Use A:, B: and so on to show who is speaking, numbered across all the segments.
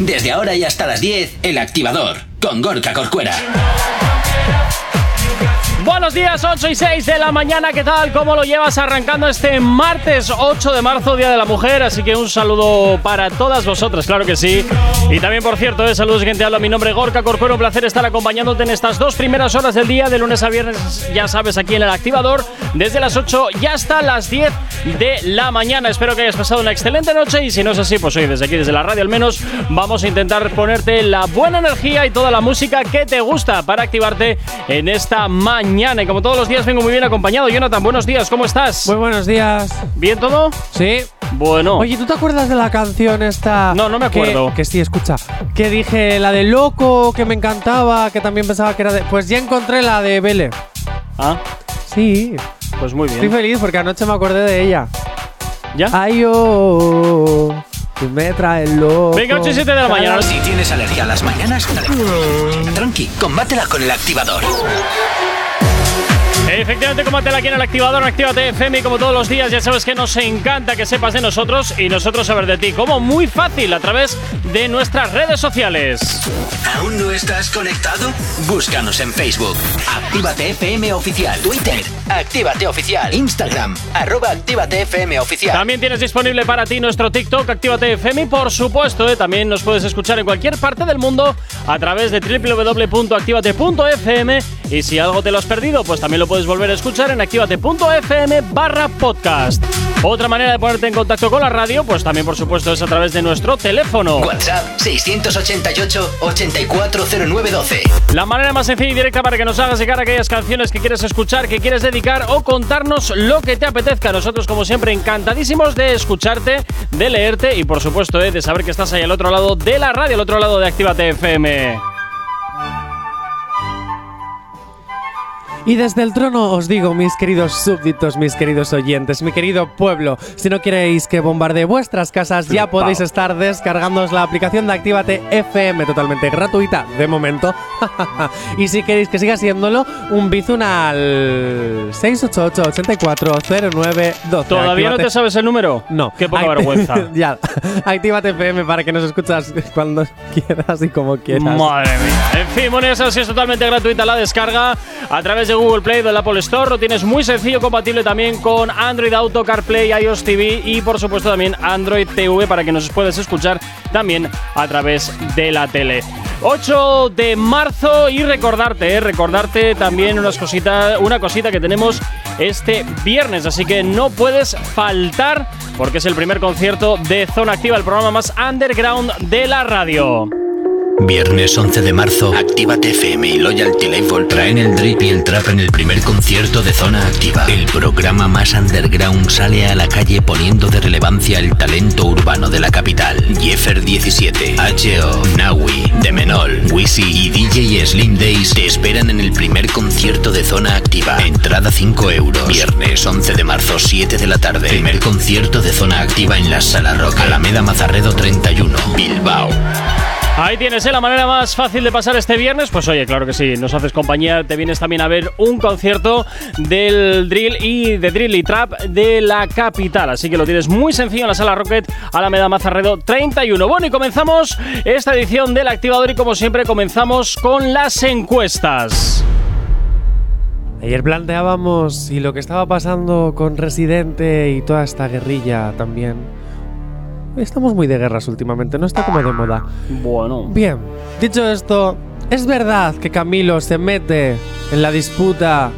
A: Desde ahora y hasta las 10, El Activador, con Gorka Corcuera.
B: Buenos días, 8 y 6 de la mañana, ¿qué tal? ¿Cómo lo llevas arrancando este martes 8 de marzo, Día de la Mujer? Así que un saludo para todas vosotras, claro que sí. Y también, por cierto, eh, saludos gente habla, mi nombre es Gorka Corcuero, un placer estar acompañándote en estas dos primeras horas del día, de lunes a viernes, ya sabes, aquí en el activador, desde las 8 y hasta las 10 de la mañana. Espero que hayas pasado una excelente noche y si no es así, pues hoy desde aquí, desde la radio al menos, vamos a intentar ponerte la buena energía y toda la música que te gusta para activarte en esta mañana. Y como todos los días vengo muy bien acompañado. Jonathan, buenos días, ¿cómo estás?
C: Muy buenos días.
B: ¿Bien todo?
C: Sí.
B: Bueno.
C: Oye, ¿tú te acuerdas de la canción esta?
B: Oh. No, no me
C: que-
B: acuerdo.
C: Que, sí, escucha. Que dije la de loco, que me encantaba, que también pensaba que era de. Pues ya encontré la de Vélez.
B: Ah,
C: Sí.
B: pues muy bien.
C: Estoy Ah, feliz porque anoche me acordé de ella.
B: ¿Ya?
C: Ay, oh, tú me traes loco.
B: Venga, 8 y 7 de la mañana.
A: Si tienes alergia a las mañanas, tranqui, combátela con El Activador.
B: Efectivamente, combátela aquí en el activador, en Actívate FM. Y como todos los días, ya sabes que nos encanta que sepas de nosotros y nosotros saber de ti. Como muy fácil, a través de nuestras redes sociales.
A: ¿Aún no estás conectado? Búscanos en Facebook. Actívate FM Oficial. Twitter. Actívate Oficial. Instagram. Arroba Actívate FM Oficial.
B: También tienes disponible para ti nuestro TikTok, Actívate FM. Y por supuesto, eh, también nos puedes escuchar en cualquier parte del mundo a través de www.activate.fm. Y si algo te lo has perdido, pues también lo puedes volver a escuchar en activate.fm barra podcast. Otra manera de ponerte en contacto con la radio, pues también por supuesto es a través de nuestro teléfono.
A: WhatsApp 688 840912.
B: La manera más sencilla y directa para que nos hagas llegar aquellas canciones que quieres escuchar, que quieres dedicar o contarnos lo que te apetezca. Nosotros, como siempre, encantadísimos de escucharte, de leerte y, por supuesto, eh, de saber que estás ahí al otro lado de la radio, al otro lado de Actívate FM.
C: Y desde el trono os digo, mis queridos súbditos, mis queridos oyentes, mi querido pueblo, si no queréis que bombardee vuestras casas, ya podéis estar descargándoos la aplicación de Actívate FM, totalmente gratuita de momento. y si queréis que siga siéndolo, un bizun al 688-8409-12.
B: ¿Todavía no
C: Actívate-
B: te sabes el número?
C: No.
B: Qué poca
C: Act-
B: vergüenza.
C: ya. Actívate FM para que nos escuchas cuando quieras y como quieras.
B: Madre mía. En fin, bueno, ya sabes que es totalmente gratuita la descarga a través de Google Play, del Apple Store. Lo tienes muy sencillo, compatible también con Android Auto, CarPlay, iOS TV y, por supuesto, también Android TV para que nos puedas escuchar también a través de la tele. 8 de marzo y recordarte, eh, recordarte también unas cositas, una cosita que tenemos este viernes, así que no puedes faltar porque es el primer concierto de Zona Activa, el programa más underground de la radio.
A: Viernes 11 de marzo, Actívate FM y Loyalty Label traen el drip y el trap en el primer concierto de Zona Activa. El programa más underground sale a la calle poniendo de relevancia el talento urbano de la capital. Jeffer 17, H.O., Nawi, Demenol, Wisi y DJ Slim Days te esperan en el primer concierto de Zona Activa. Entrada 5 euros. Viernes 11 de marzo, 7 de la tarde. Primer concierto de Zona Activa en la Sala Roca, Alameda Mazarredo 31, Bilbao.
B: Ahí tienes, ¿eh? La manera más fácil de pasar este viernes, pues oye, claro que sí, nos haces compañía, te vienes también a ver un concierto del drill y de drill y trap de la capital, así que lo tienes muy sencillo en la sala Rocket Alameda Mazarredo 31. Bueno, y comenzamos esta edición del Activador y como siempre comenzamos con las encuestas.
C: Ayer planteábamos y lo que estaba pasando con Residente y toda esta guerrilla también. Estamos muy de guerras últimamente, no está como de moda.
B: Bueno,
C: Bien, dicho esto, ¿es verdad que Camilo se mete en la disputa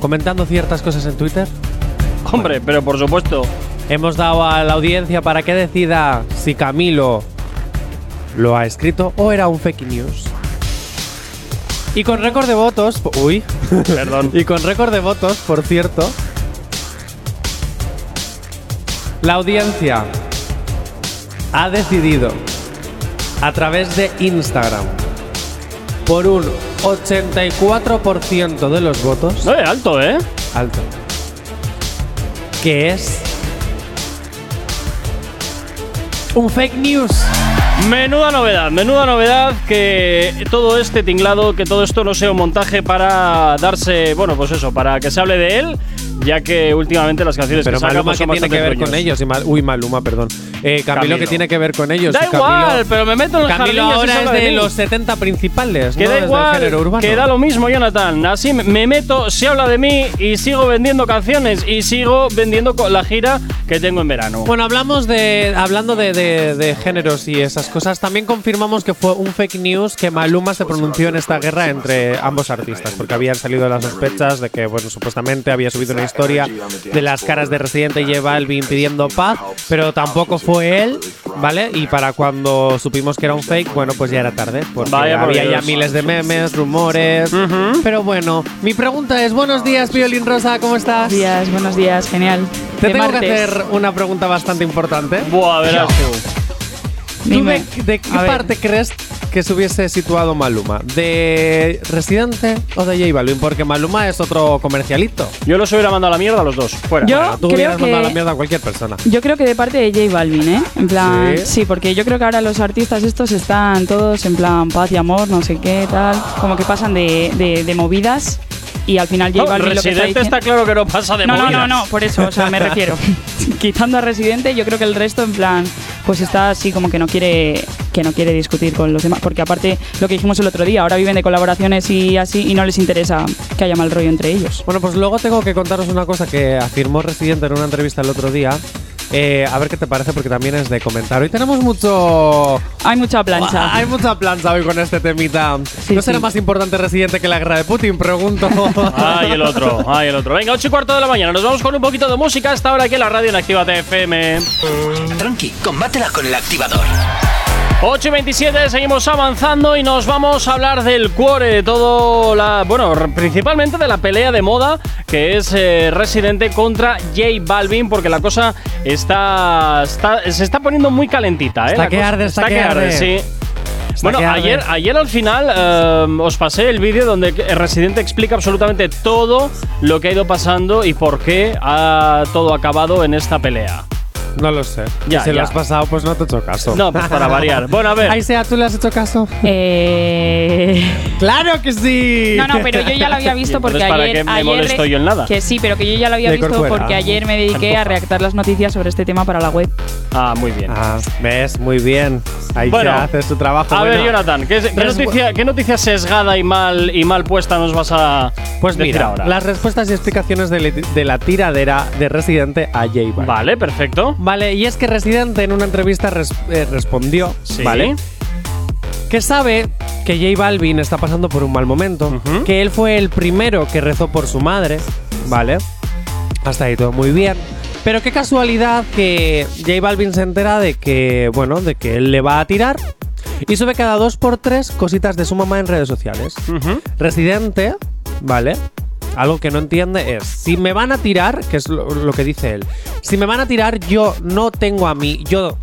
C: comentando ciertas cosas en Twitter?
B: hombre, pero por supuesto,
C: Hemos dado a la audiencia para que decida si Camilo lo ha escrito o era un fake news. Y con récord de votos, uy,
B: perdón.
C: Y con récord de votos, por cierto. La audiencia ha decidido a través de Instagram por un 84% de los votos
B: No, eh, alto, ¿eh?
C: alto que es un fake news.
B: Menuda novedad, menuda novedad que todo este tinglado, que todo esto no sea un montaje para darse, bueno, pues eso, para que se hable de él, ya que últimamente las canciones
C: Pero
B: que saca
C: Maluma
B: pues,
C: que
B: son
C: tiene
B: bastante
C: que ver
B: truños.
C: con ellos y Mal- uy Maluma perdón eh, Camilo,
B: Camilo.
C: que tiene que ver con ellos.
B: Da
C: Camilo-
B: igual, pero me meto en el
C: Camilo
B: jardín, así
C: ahora
B: solo
C: es
B: de
C: de
B: mí.
C: los 70 principales,
B: Que
C: ¿no?
B: da
C: Es del género
B: igual,
C: urbano.
B: que da lo mismo, Jonathan. Así me- me meto, se habla de mí y sigo vendiendo canciones y sigo vendiendo co- la gira que tengo en verano.
C: Bueno, hablamos de. Hablando de, de- de géneros y esas cosas, también confirmamos que fue un fake news que Maluma se pronunció en esta guerra entre ambos artistas, porque habían salido las sospechas de que, bueno, supuestamente había subido una historia de las caras de Residente y J Balvin pidiendo paz, pero tampoco fue él, ¿vale? Y para cuando supimos que era un fake, bueno, pues ya era tarde, porque
B: Vaya por
C: había ya
B: Dios.
C: miles de memes, rumores. Pero bueno, mi pregunta es: Buenos días, Violín Rosa, ¿cómo estás?
D: Buenos días, buenos días, genial.
C: Te
D: De
C: tengo que
D: martes.
C: hacer una pregunta bastante importante.
B: Buah, verás tú.
C: ¿Tú
D: Dime.
C: de, de qué
D: A ver.
C: parte crees que se hubiese situado Maluma? ¿De Residente o de J Balvin? Porque Maluma es otro comercialito.
B: Yo los hubiera mandado a la mierda a los dos. Fuera.
D: Yo-
C: Bueno, tú
D: creo
C: hubieras
D: que-
C: mandado a la mierda a cualquier persona.
D: Yo creo que de parte de J Balvin, ¿eh? En plan,
C: Sí.
D: ¿Sí? porque yo creo que ahora los artistas estos están todos en plan paz y amor, no sé qué, tal. Como que pasan de, de- de movidas y al final J
B: No,
D: Balvin lo que está
B: Residente
D: diciendo...
B: está claro que no pasa de
D: no, no,
B: movidas.
D: no, no, por eso, o sea, me refiero. Quitando a Residente, yo creo que el resto, en plan, pues está así como que no quiere que no quiere discutir con los demás, porque aparte lo que dijimos el otro día, ahora viven de colaboraciones y así y no les interesa que haya mal rollo entre ellos.
C: Bueno, pues luego tengo que contaros una cosa que afirmó Residente en una entrevista el otro día. Eh, a ver qué te parece, porque también es de comentar. Hoy tenemos mucho.
D: Hay mucha plancha.
C: Hay mucha plancha hoy con este temita. ¿No será
D: sí.
C: más importante Residente que la guerra de Putin? Pregunto.
D: Ah,
B: Ay, el otro, ay, el otro. Venga, 8 y cuarto de la mañana. Nos vamos con un poquito de música hasta ahora aquí en la radio en Activa FM.
A: Tranqui, combátela con el activador.
B: 8 y 27, seguimos avanzando y nos vamos a hablar del cuore, todo la. Bueno, re- principalmente de la pelea de moda que es eh, Residente contra J Balvin, porque la cosa está, está- Se está poniendo muy calentita, ¿eh?
C: Está
B: La
C: que
B: cosa-
C: arde, está que arde.
B: sí. Bueno,
C: que arde.
B: ayer, ayer al final eh, os pasé el vídeo donde el residente explica absolutamente todo lo que ha ido pasando y por qué ha todo acabado en esta pelea.
C: no lo sé.
B: Ya,
C: si
B: ya.
C: lo has pasado, pues no te he hecho caso.
B: No, pues para variar. Bueno, a ver.
C: Aisea, ¿tú le has hecho caso?
D: Eh...
C: ¡Claro que sí!
D: No, no, pero yo ya lo había visto
B: ¿Y
D: porque
B: entonces para
D: ayer.
B: qué me
D: ayer
B: molesto
D: re-
B: yo en nada?
D: Que sí, pero que yo ya lo había
C: De
D: visto
C: Corcuera.
D: porque ayer me dediqué a redactar las noticias sobre este tema para la web.
B: Ah, muy bien.
C: Ah, ves, muy bien. Ahí
B: Bueno,
C: ya haces tu trabajo.
B: A
C: pues bueno.
B: ver, Jonathan, ¿qué, qué
C: Res-
B: noticia, qué noticia sesgada y mal, y mal puesta nos vas a
C: Pues
B: decir
C: mira,
B: ahora?
C: las respuestas y explicaciones de, le- de la tiradera de Residente a J Balvin.
B: Vale, perfecto.
C: Vale, y es que Residente en una entrevista res- eh, respondió
B: Sí.
C: ¿vale? que sabe que J Balvin está pasando por un mal momento,
B: Ujú.
C: que él fue el primero que rezó por su madre, ¿vale? Hasta ahí todo muy bien. Pero qué casualidad que J Balvin se entera de que, bueno, de que él le va a tirar y sube cada dos por tres cositas de su mamá en redes sociales.
B: Ujú.
C: Residente, ¿vale? Algo que no entiende es, si me van a tirar, que es lo, lo que dice él, si me van a tirar, yo no tengo a mí, yo,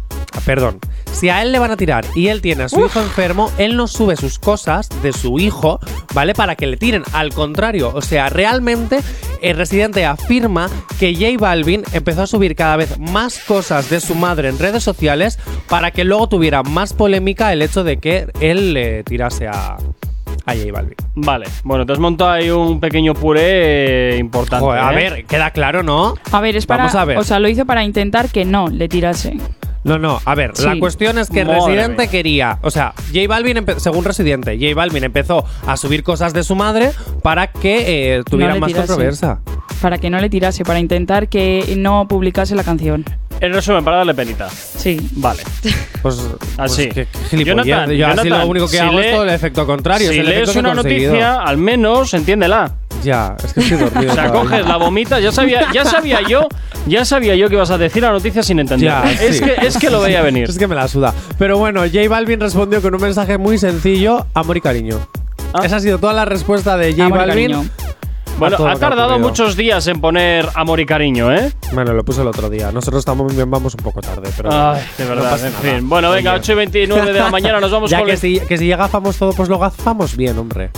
C: perdón, si a él le van a tirar y él tiene a su hijo enfermo, él no sube sus cosas de su hijo, ¿vale? Para que le tiren, al contrario, o sea, realmente el residente afirma que J Balvin empezó a subir cada vez más cosas de su madre en redes sociales para que luego tuviera más polémica el hecho de que él le tirase a, a J Balvin.
B: Vale, bueno, te has montado ahí un pequeño puré importante.
C: Joder, a
B: ¿eh?
C: ver, queda claro, ¿no?
D: A ver, es para.
C: Vamos a ver.
D: O sea, lo hizo para intentar que no le tirase.
C: No, no, a ver, la
D: Sí.
C: cuestión es que
B: Madre
C: Residente
B: mía.
C: quería, o sea, J Balvin, empe- según Residente, J Balvin empezó a subir cosas de su madre para que eh, tuviera
D: le
C: más
D: tirase.
C: controversia.
D: Para que no le tirase, para intentar que no publicase la canción.
B: En resumen, para darle penita.
D: Sí.
B: Vale.
C: Pues,
B: Así.
C: pues, qué gilipollez.
B: Ah, Jonathan,
C: yo así
B: Jonathan,
C: lo único que
B: si
C: hago
B: lee-
C: es todo el efecto contrario. es
B: si
C: el efecto
B: lees
C: que he
B: una
C: conseguido.
B: noticia, al menos entiéndela.
C: Ya, es que estoy dormido.
B: O sea,
C: todavía.
B: coges la vomita, ya sabía, ya sabía yo, ya sabía yo que ibas a decir la noticia sin entenderla.
C: Ya,
B: es,
C: sí.
B: que, es que lo veía venir.
C: Es que me la suda. Pero bueno, J Balvin respondió con un mensaje muy sencillo: amor y cariño.
B: Ah.
C: Esa ha sido toda la respuesta de J
D: Amor y
C: Balvin.
D: cariño.
C: a todo
B: Bueno,
C: lo
B: ha
C: que
B: tardado
C: ocurrido.
B: muchos días en poner amor y cariño, ¿eh?
C: Bueno, lo puso el otro día. Nosotros estamos bien, vamos un poco tarde, pero.
B: Ay, de
C: no
B: verdad,
C: pasa
B: en
C: nada.
B: fin. Bueno, venga,
C: Oye.
B: 8 y 29 de la mañana nos vamos
C: Ya
B: con
C: que,
B: el-
C: si, que si llega famoso todo, pues lo gafamos bien, hombre.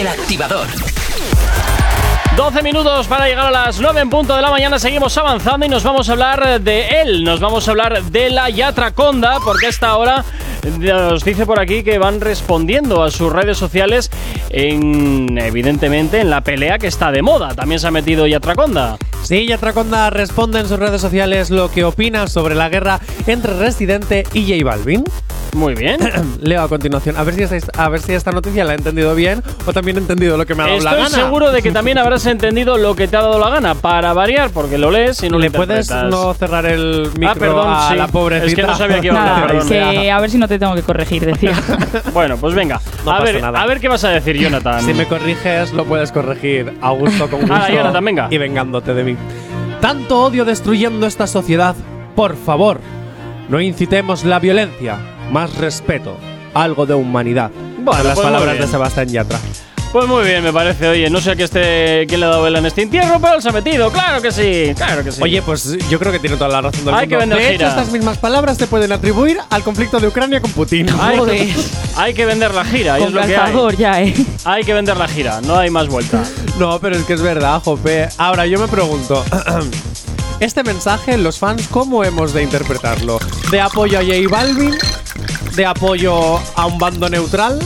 A: El activador.
B: 12 minutos para llegar a las 9 en punto de la mañana. Seguimos avanzando y nos vamos a hablar de él. Nos vamos a hablar de la Yatraconda, porque hasta ahora nos dice por aquí que van respondiendo a sus redes sociales en, evidentemente, en la pelea que está de moda. También se ha metido Yatraconda.
C: Sí, Yatraconda responde en sus redes sociales lo que opina sobre la guerra entre Residente y J Balvin.
B: Muy bien.
C: Leo a continuación. A ver si estáis- a ver si esta noticia la he entendido bien o también he entendido lo que me ha dado la
B: Estoy
C: gana.
B: seguro de que también habrás entendido lo que te ha dado la gana, para variar, porque lo lees y no lo
C: ¿Le puedes
B: interpretas.
C: no cerrar el micro
B: Ah, perdón,
C: a
B: sí.
C: la pobrecita?
B: Es que no sabía que iba a hablar,
D: Nada,
B: perdón.
D: que a ver si no te tengo que corregir, decía.
B: Bueno, pues venga.
C: No
B: a,
C: pasa
B: ver,
C: nada.
B: a ver qué vas a decir, Jonathan.
C: Si me corriges, lo puedes corregir a gusto, con gusto.
B: Ahora, Jonathan, venga.
C: Y vengándote de mí. Tanto odio destruyendo esta sociedad. Por favor, no incitemos la violencia. Más respeto. Algo de humanidad.
B: Bueno,
C: Son las
B: pues muy
C: palabras de
B: bien.
C: Sebastián Yatra.
B: Pues muy bien, me parece. Oye, no sé a qué este, quién le ha dado vela en este entierro, pero él se ha metido. Claro que sí, claro que sí.
C: Oye, pues yo creo que tiene toda la razón del
B: Hay
C: mundo.
B: que vender
C: de hecho,
B: gira.
C: estas mismas palabras se pueden atribuir al conflicto de Ucrania con Putin.
B: hay,
D: joder.
B: que, hay que vender la gira, y es
D: Con
B: lo que hay.
D: calzador ya, ¿eh?
B: Hay que vender la gira, no hay más vuelta.
C: No, pero es que es verdad, Jope. Ahora yo me pregunto, este mensaje, los fans, ¿cómo hemos de interpretarlo? ¿De apoyo a J Balvin? ¿De apoyo a un bando neutral?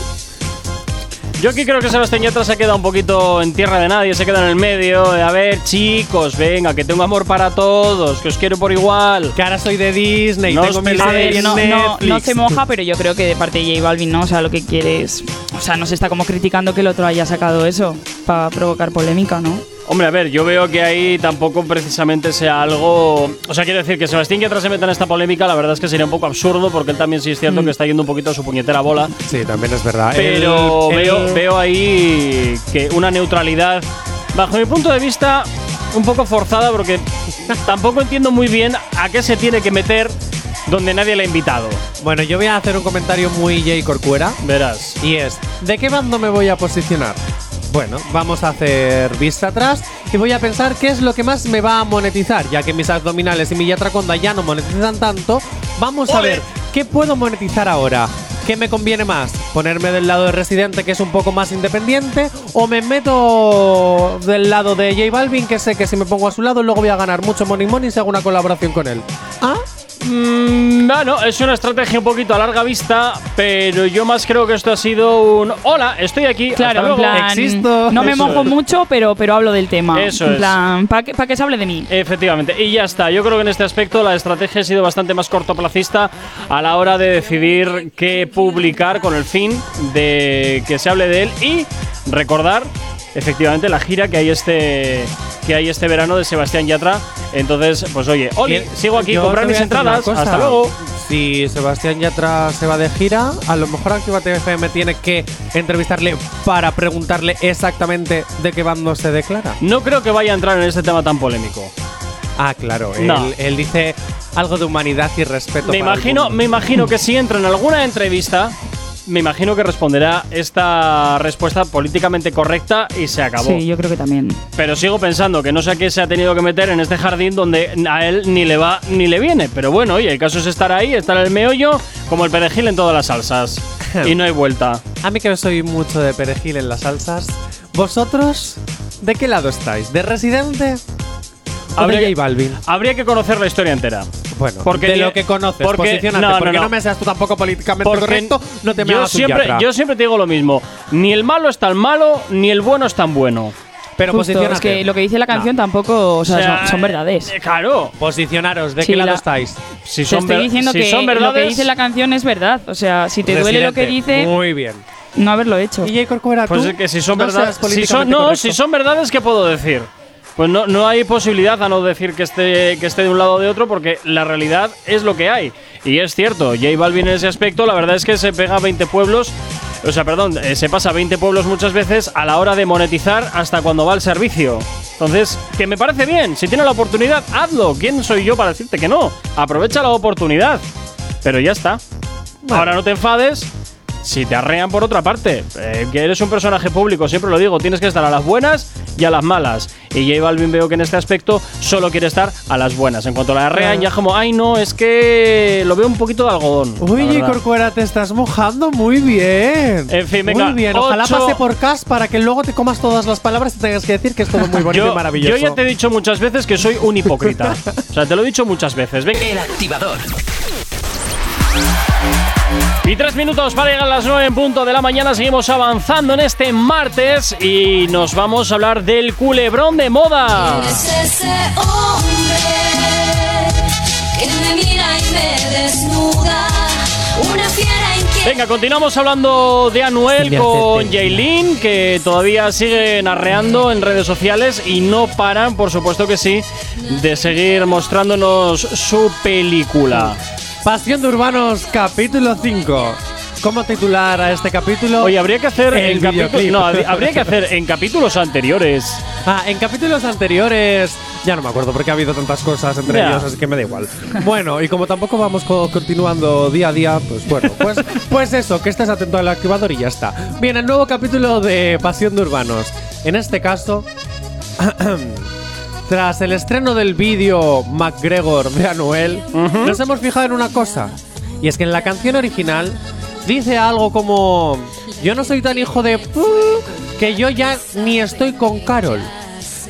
B: Yo aquí creo que Sebastián Yatra se ha quedado un poquito en tierra de nadie, se queda en el medio. de, A ver, chicos, venga, que tengo amor para todos, que os quiero por igual.
C: Que ahora soy de Disney,
B: No
C: tengo
B: os
C: mi
B: peleéis.
D: A
C: serie
D: ver,
C: en
D: no, no, no
C: Netflix.
D: se moja, pero yo creo que de parte de J Balvin, ¿no? O sea, lo que quiere es. O sea, no se está como criticando que el otro haya sacado eso para provocar polémica, ¿no?
B: Hombre, a ver, yo veo que ahí tampoco precisamente sea algo. O sea, quiero decir que Sebastián Yatra se meta en esta polémica, la verdad es que sería un poco absurdo, porque él también sí es cierto que está yendo un poquito a su puñetera bola.
C: Sí, también es verdad.
B: Pero
C: El- el-
B: veo, veo ahí que una neutralidad, bajo mi punto de vista, un poco forzada, porque tampoco entiendo muy bien a qué se tiene que meter donde nadie le ha invitado.
C: Bueno, yo voy a hacer un comentario muy J Corcuera.
B: Verás.
C: Y es, ¿de qué bando me voy a posicionar? Bueno, vamos a hacer vista atrás y voy a pensar qué es lo que más me va a monetizar, ya que mis abdominales y mi yatraconda ya no monetizan tanto. Vamos a
B: ¡Ole!
C: ver, ¿qué puedo monetizar ahora? ¿Qué me conviene más? ¿Ponerme del lado de Residente, que es un poco más independiente? ¿O me meto del lado de J Balvin, que sé que si me pongo a su lado luego voy a ganar mucho money money si hago una colaboración con él? ¿Ah?
B: Mm, bueno, es una estrategia un poquito a larga vista, pero yo más creo que esto ha sido un. Hola, estoy aquí. hasta
D: Claro, en
B: luego".
D: plan.
C: existo.
D: No me
B: Eso
D: mojo
B: es.
D: mucho, pero, pero hablo del tema.
B: Eso es.
D: En plan, para que, pa' que se hable de mí.
B: Efectivamente, y ya está. Yo creo que en este aspecto la estrategia ha sido bastante más cortoplacista a la hora de decidir qué publicar con el fin de que se hable de él y recordar efectivamente la gira que hay este que hay este verano de Sebastián Yatra. Entonces, pues oye, Oli,
C: Bien,
B: sigo aquí,
C: yo
B: comprar
C: te voy
B: mis
C: a decir
B: entradas,
C: una cosa.
B: hasta luego.
C: Si Sebastián Yatra se va de gira, a lo mejor Actívate FM tiene que entrevistarle para preguntarle exactamente de qué bando se declara.
B: No creo que vaya a entrar en este tema tan polémico.
C: Ah, claro, él,
B: No.
C: él dice algo de humanidad y respeto.
B: Me
C: para el
B: imagino,
C: mundo.
B: me imagino que si entra en alguna entrevista, me imagino que responderá esta respuesta políticamente correcta y se acabó.
D: Sí, yo creo que también.
B: Pero sigo pensando que no sé a qué se ha tenido que meter en este jardín donde a él ni le va ni le viene. Pero bueno, oye, el caso es estar ahí, estar en el meollo, como el perejil en todas las salsas. y no hay vuelta.
C: A mí que soy mucho de perejil en las salsas. ¿Vosotros de qué lado estáis? ¿De Residente o
B: Habría
C: de
B: que-
C: J Balvin?
B: Habría que conocer la historia entera.
C: Bueno,
B: porque
C: de
B: ni-
C: lo que conoces,
B: porque-
C: posicionate,
B: no, no,
C: porque no,
B: no.
C: me seas tú tampoco políticamente correcto, no te me
B: yo
C: hagas un
B: siempre,
C: Yatra.
B: yo siempre te digo lo mismo. Ni el malo es tan malo, ni el bueno es tan bueno.
C: Pero
D: Justo, es
C: posicionate.
D: que lo que dice la canción tampoco. O sea, son, son verdades.
B: eh, Claro.
C: Posicionaros, ¿de
D: Sí,
C: qué lado
D: la-
C: estáis?
B: Si
D: Te
B: son,
D: estoy
B: ver-
D: diciendo
B: si
D: que
B: son verdades,
D: lo que dice la canción es verdad. O sea, si
B: Pues
D: te duele lo que
C: Residente.
D: dice,
C: Muy bien.
D: no haberlo hecho.
C: Y J. Corcuera,
B: Pues
C: tú
B: es que si son
C: no
B: verdades.
C: seas
B: Si son,
C: políticamente
B: no,
C: correcto.
B: si son verdades, ¿qué puedo decir? Pues no, no hay posibilidad a no decir que esté, que esté de un lado o de otro, porque la realidad es lo que hay. Y es cierto, J Balvin en ese aspecto, la verdad es que se pega a 20 pueblos. O sea, perdón, eh, se pasa a 20 pueblos muchas veces a la hora de monetizar hasta cuando va al servicio. Entonces, que me parece bien, si tiene la oportunidad, hazlo. ¿Quién soy yo para decirte que no? Aprovecha la oportunidad. Pero ya está. Ahora no te enfades si te arrean por otra parte. Eh, que eres un personaje público, siempre lo digo, tienes que estar a las buenas y a las malas. Y J Balvin veo que en este aspecto solo quiere estar a las buenas. En cuanto a la arrean, ya como, ay no, es que lo veo un poquito de algodón. la
C: Uy, J.
B: verdad".
C: Corcuera, te estás mojando muy bien.
B: En fin, venga,
C: Muy bien, ojalá
B: ocho-
C: pase por cas para que luego te comas todas las palabras y tengas que decir que es todo muy bonito y
B: yo, yo
C: maravilloso.
B: ya te he dicho muchas veces que soy un hipócrita. o sea, te lo he dicho muchas veces. Venga.
A: El activador.
B: Y tres minutos para llegar a las 9 en punto de la mañana. Seguimos avanzando en este martes y nos vamos a hablar del culebrón de moda.
E: ¿Quién es ese hombre que me mira y me desnuda? Una fiera inquieta.
B: Venga, continuamos hablando de Anuel
C: Silvia
B: con
C: Cete.
B: Jaylin, que todavía siguen arreando en redes sociales y no paran, por supuesto que sí, de seguir mostrándonos su película.
C: Pasión de Urbanos, capítulo 5. ¿Cómo titular a este capítulo?
B: Oye, habría que hacer
C: El
B: en capítulos.
C: videoclip.
B: No, habría- habría que hacer en capítulos anteriores.
C: Ah, en capítulos anteriores. Ya no me acuerdo porque ha habido tantas cosas entre
B: Ya.
C: ellos, así que me da igual. Bueno, y como tampoco vamos co- continuando día a día, pues bueno, pues, pues eso, que estés atento al activador y ya está. Bien, el nuevo capítulo de Pasión de Urbanos. En este caso, tras el estreno del vídeo MacGregor de Anuel, nos hemos fijado en una cosa. Y es que en la canción original dice algo como: Yo no soy tan hijo de. pu- que yo ya ni estoy con Carol.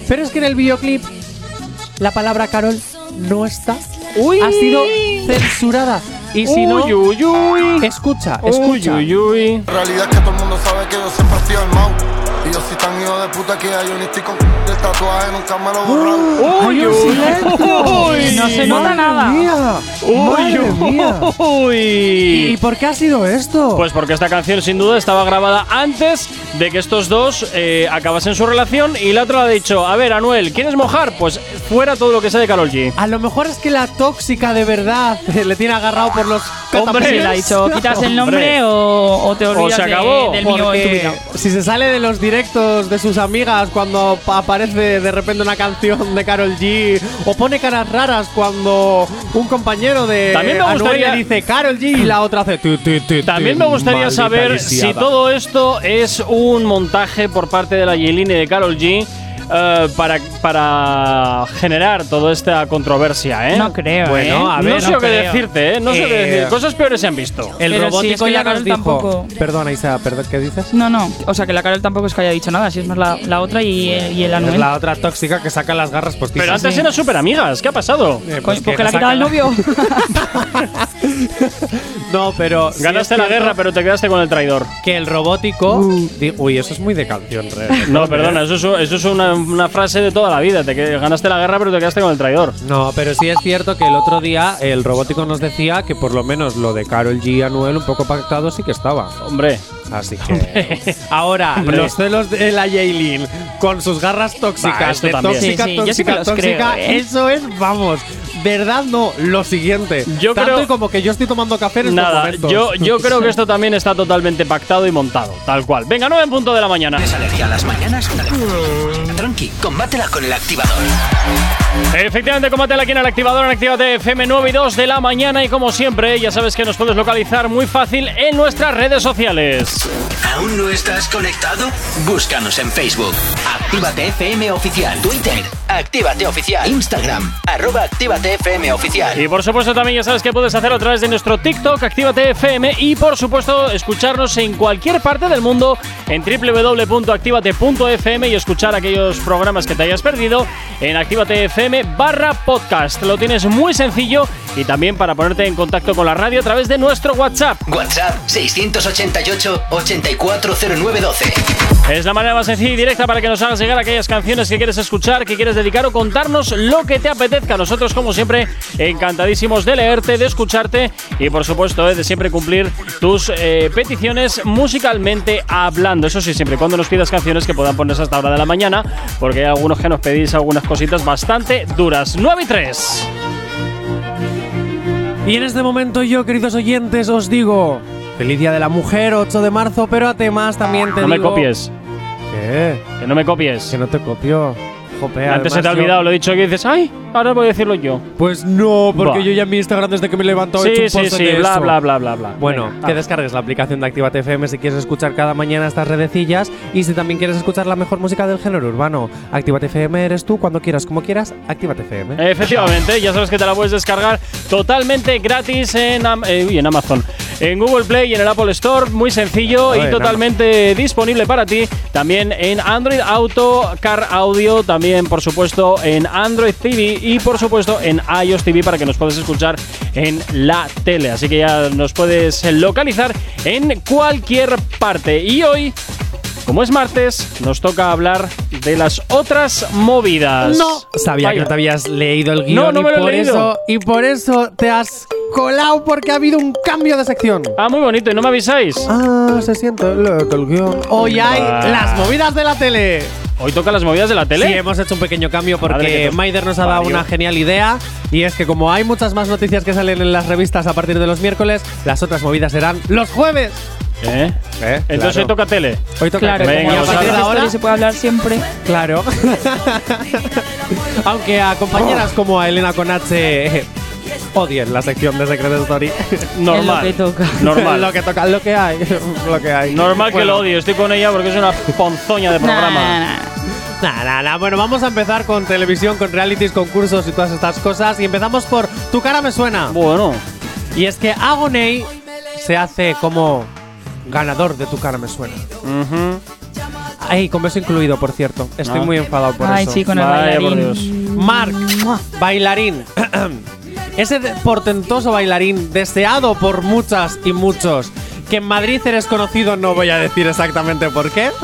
C: Pero es que en el videoclip la palabra Carol no está.
B: Uy.
C: Ha sido censurada. Y si no,
B: Uy, uy, uy.
C: escucha, escucha.
B: Uy, uy, uy.
F: realidad es que todo el mundo sabe que yo siempre estoy al mau. Y yo soy tan hijo de puta que ya yo ni estoy con el tatuaje, nunca me lo he borrado.
B: Uy,
C: Hay un
B: uy,
C: silencio.
B: uy.
D: No se nota
C: ¡Madre
D: nada.
C: mía!
B: Uy,
C: ¡Madre mía!
B: uy.
C: ¿Y por qué ha sido esto?
B: Pues porque esta canción sin duda estaba grabada antes de que estos dos eh, acabasen su relación y la otra le ha dicho, a ver, Anuel, ¿quieres mojar? Pues fuera todo lo que sea de Karol G.
C: a lo mejor es que la tóxica de verdad le tiene agarrado por los
B: Hombre,
D: Sí, le ha dicho, quitas el nombre
B: Hombre.
D: o, o te
B: O se
D: olvidas de-
B: acabó,
D: del mío en tu
C: Porque
D: vida.
C: si se sale de los directos de sus amigas cuando pa- aparece de repente una canción de Carol G o pone caras raras cuando un compañero de
B: También me
C: Anuel
B: gustaría-
C: le dice Carol G y la otra hace tu, tu, tu, tu,
B: También me gustaría
C: maldita
B: saber
C: lisiada.
B: si todo esto es un montaje por parte de la Yelene y de Karol G. eh, para, para generar toda esta controversia, ¿eh?
D: No creo,
B: Bueno,
D: ¿eh?
B: a ver, no
D: No
B: sé qué
D: creo.
B: decirte, ¿eh? No sé qué
C: Eh,
B: decir. Cosas peores se han visto.
C: El
D: Pero si
C: robótico
D: es que la
C: ya nos
D: Karol
C: dijo.
D: tampoco- ¿Eh?
C: Perdona, Isa, perdón, ¿qué dices?
D: No, no. O sea, que la Carol tampoco es que haya dicho nada. Si es más la, la otra y, el- y el
C: Es
D: Anuel.
C: la otra tóxica que saca las garras postizas.
B: Pero antes eran súper amigas. ¿Qué ha pasado?
C: Eh,
D: Coño,
C: pues que
D: porque la ha
C: saca
D: quitado el
C: la-
D: novio.
C: No, pero. sí
B: Ganaste
C: es
B: la
C: cierto
B: guerra, pero te quedaste con el traidor.
C: Que el robótico.
B: Mm.
C: di- Uy, eso es muy de canción, re.
B: No, perdona, eso es, eso es una, una frase de toda la vida. Te que- ganaste la guerra, pero te quedaste con el traidor.
C: No, pero sí es cierto que el otro día el robótico nos decía que por lo menos lo de Carol G y Anuel un poco pactado sí que estaba.
B: Hombre,
C: Así que. Ahora,
B: Hombre.
C: los celos de la Jaylin con sus garras
B: Bah,
C: tóxicas,
B: esto
C: de
B: este también.
C: tóxica,
D: Sí, sí, yo sí que
C: tóxica,
D: los
C: tóxica.
D: creo, ¿eh?
C: Eso es, vamos. Verdad, no, lo siguiente.
B: Yo
C: Tanto
B: creo-
C: y como que yo estoy tomando café en estos
B: nada,
C: momentos.
B: yo, yo creo que esto también está totalmente pactado y montado, tal cual. Venga, 9 en punto de la mañana.
A: ¿Tienes alergia a las mañanas? Tranqui, combátela con el activador.
B: Efectivamente, combate aquí en el activador en Actívate FM 9 y 2 de la mañana. Y como siempre, ya sabes que nos puedes localizar muy fácil en nuestras redes sociales.
A: ¿Aún no estás conectado? Búscanos en Facebook. Actívate FM Oficial. Twitter. Actívate Oficial. Instagram. Arroba Actívate FM Oficial.
B: Y por supuesto también ya sabes que puedes hacerlo a través de nuestro TikTok, Actívate FM y por supuesto escucharnos en cualquier parte del mundo en www.activate.fm y escuchar aquellos programas que te hayas perdido en Actívate FM barra podcast. Lo tienes muy sencillo y también para ponerte en contacto con la radio a través de nuestro WhatsApp.
A: WhatsApp 688-840912.
B: Es la manera más sencilla y directa para que nos hagas llegar aquellas canciones que quieres escuchar, que quieres dedicar o contarnos lo que te apetezca. Nosotros, como siempre, encantadísimos de leerte, de escucharte y, por supuesto, eh, de siempre cumplir tus eh, peticiones musicalmente hablando. Eso sí, siempre y cuando nos pidas canciones que puedan ponerse hasta hora de la mañana, porque hay algunos que nos pedís algunas cositas bastante duras. 9 y 3.
C: Y en este momento yo, queridos oyentes, os digo Feliz Día de la Mujer, 8 de marzo, pero a temas también te
B: No me
C: digo-
B: copies,
C: ¿Qué?
B: que no me copies.
C: Que no te copio. Jope,
B: Antes se te ha
C: además yo-
B: olvidado, lo he dicho que dices, ay, ahora voy a decirlo yo.
C: Pues no, porque
B: Buah.
C: yo ya en mi Instagram desde que me he levantado he hecho
B: Sí,
C: un
B: sí,
C: post
B: sí,
C: de
B: bla,
C: eso.
B: bla, bla, bla, bla.
C: Bueno,
B: Venga,
C: que
B: ah.
C: descargues la aplicación de Actívate FM si quieres escuchar cada mañana estas redecillas y si también quieres escuchar la mejor música del género urbano. Actívate FM eres tú cuando quieras, como quieras, Actívate FM.
B: Efectivamente, ya sabes que te la puedes descargar totalmente gratis en, Am- eh, uy, en Amazon. en Google Play y en el Apple Store. Muy sencillo
C: Joder,
B: y
C: no.
B: totalmente disponible para ti. También en Android Auto, Car Audio, también por supuesto en Android TV y por supuesto en iOS TV para que nos puedas escuchar en la tele. Así que ya nos puedes localizar en cualquier parte. Y hoy... Como es martes, nos toca hablar de las otras movidas.
C: Sabía
B: Vaya.
C: que no te habías leído el
B: No,
C: guión
B: no me lo
C: y,
B: he
C: por
B: leído.
C: eso, y por eso te has colado porque ha habido un cambio de sección.
B: Ah, muy bonito, y no me avisáis.
C: Ah, se siente lo que el guión. Hoy hay
B: Ah.
C: las movidas de la tele.
B: Hoy toca las movidas de la tele.
C: Sí, hemos hecho un pequeño cambio
B: Madre que
C: porque
B: te
C: Maider nos ha dado
B: parió.
C: una genial idea y es que como hay muchas más noticias que salen en las revistas a partir de los miércoles, las otras movidas serán los jueves.
B: ¿Eh? Entonces hoy
C: Claro.
B: toca tele.
C: Hoy toca
D: Claro,
C: tele.
B: Venga,
D: como
C: y a
B: pues
D: aparte
C: partir de
D: de
C: ahora,
D: historia se puede hablar siempre.
C: claro. Aunque a compañeras como a Elena Conache eh, odien la sección de Secret Story.
B: Normal.
D: Es lo que toca.
B: Normal.
C: lo que toca, lo que hay, lo que hay.
B: Normal que
C: Bueno.
B: lo odie. Estoy con ella porque es una ponzoña de
D: Nah,
B: programa.
D: nah, nah.
C: Nah, nah, nah. Bueno, vamos a empezar con televisión, con realities, concursos y todas estas cosas. Y empezamos por Tu cara me suena.
B: Bueno,
C: Y es que Agoney se hace como ganador de Tu cara me suena. Ay, con beso incluido, por cierto. Estoy
B: Ah.
C: muy enfadado por
D: Ay,
C: eso.
D: sí, con el
B: Vaya por
D: bailarín.
C: Mark, bailarín. Ese de- portentoso bailarín deseado por muchas y muchos. Que en Madrid eres conocido, no voy a decir exactamente por qué.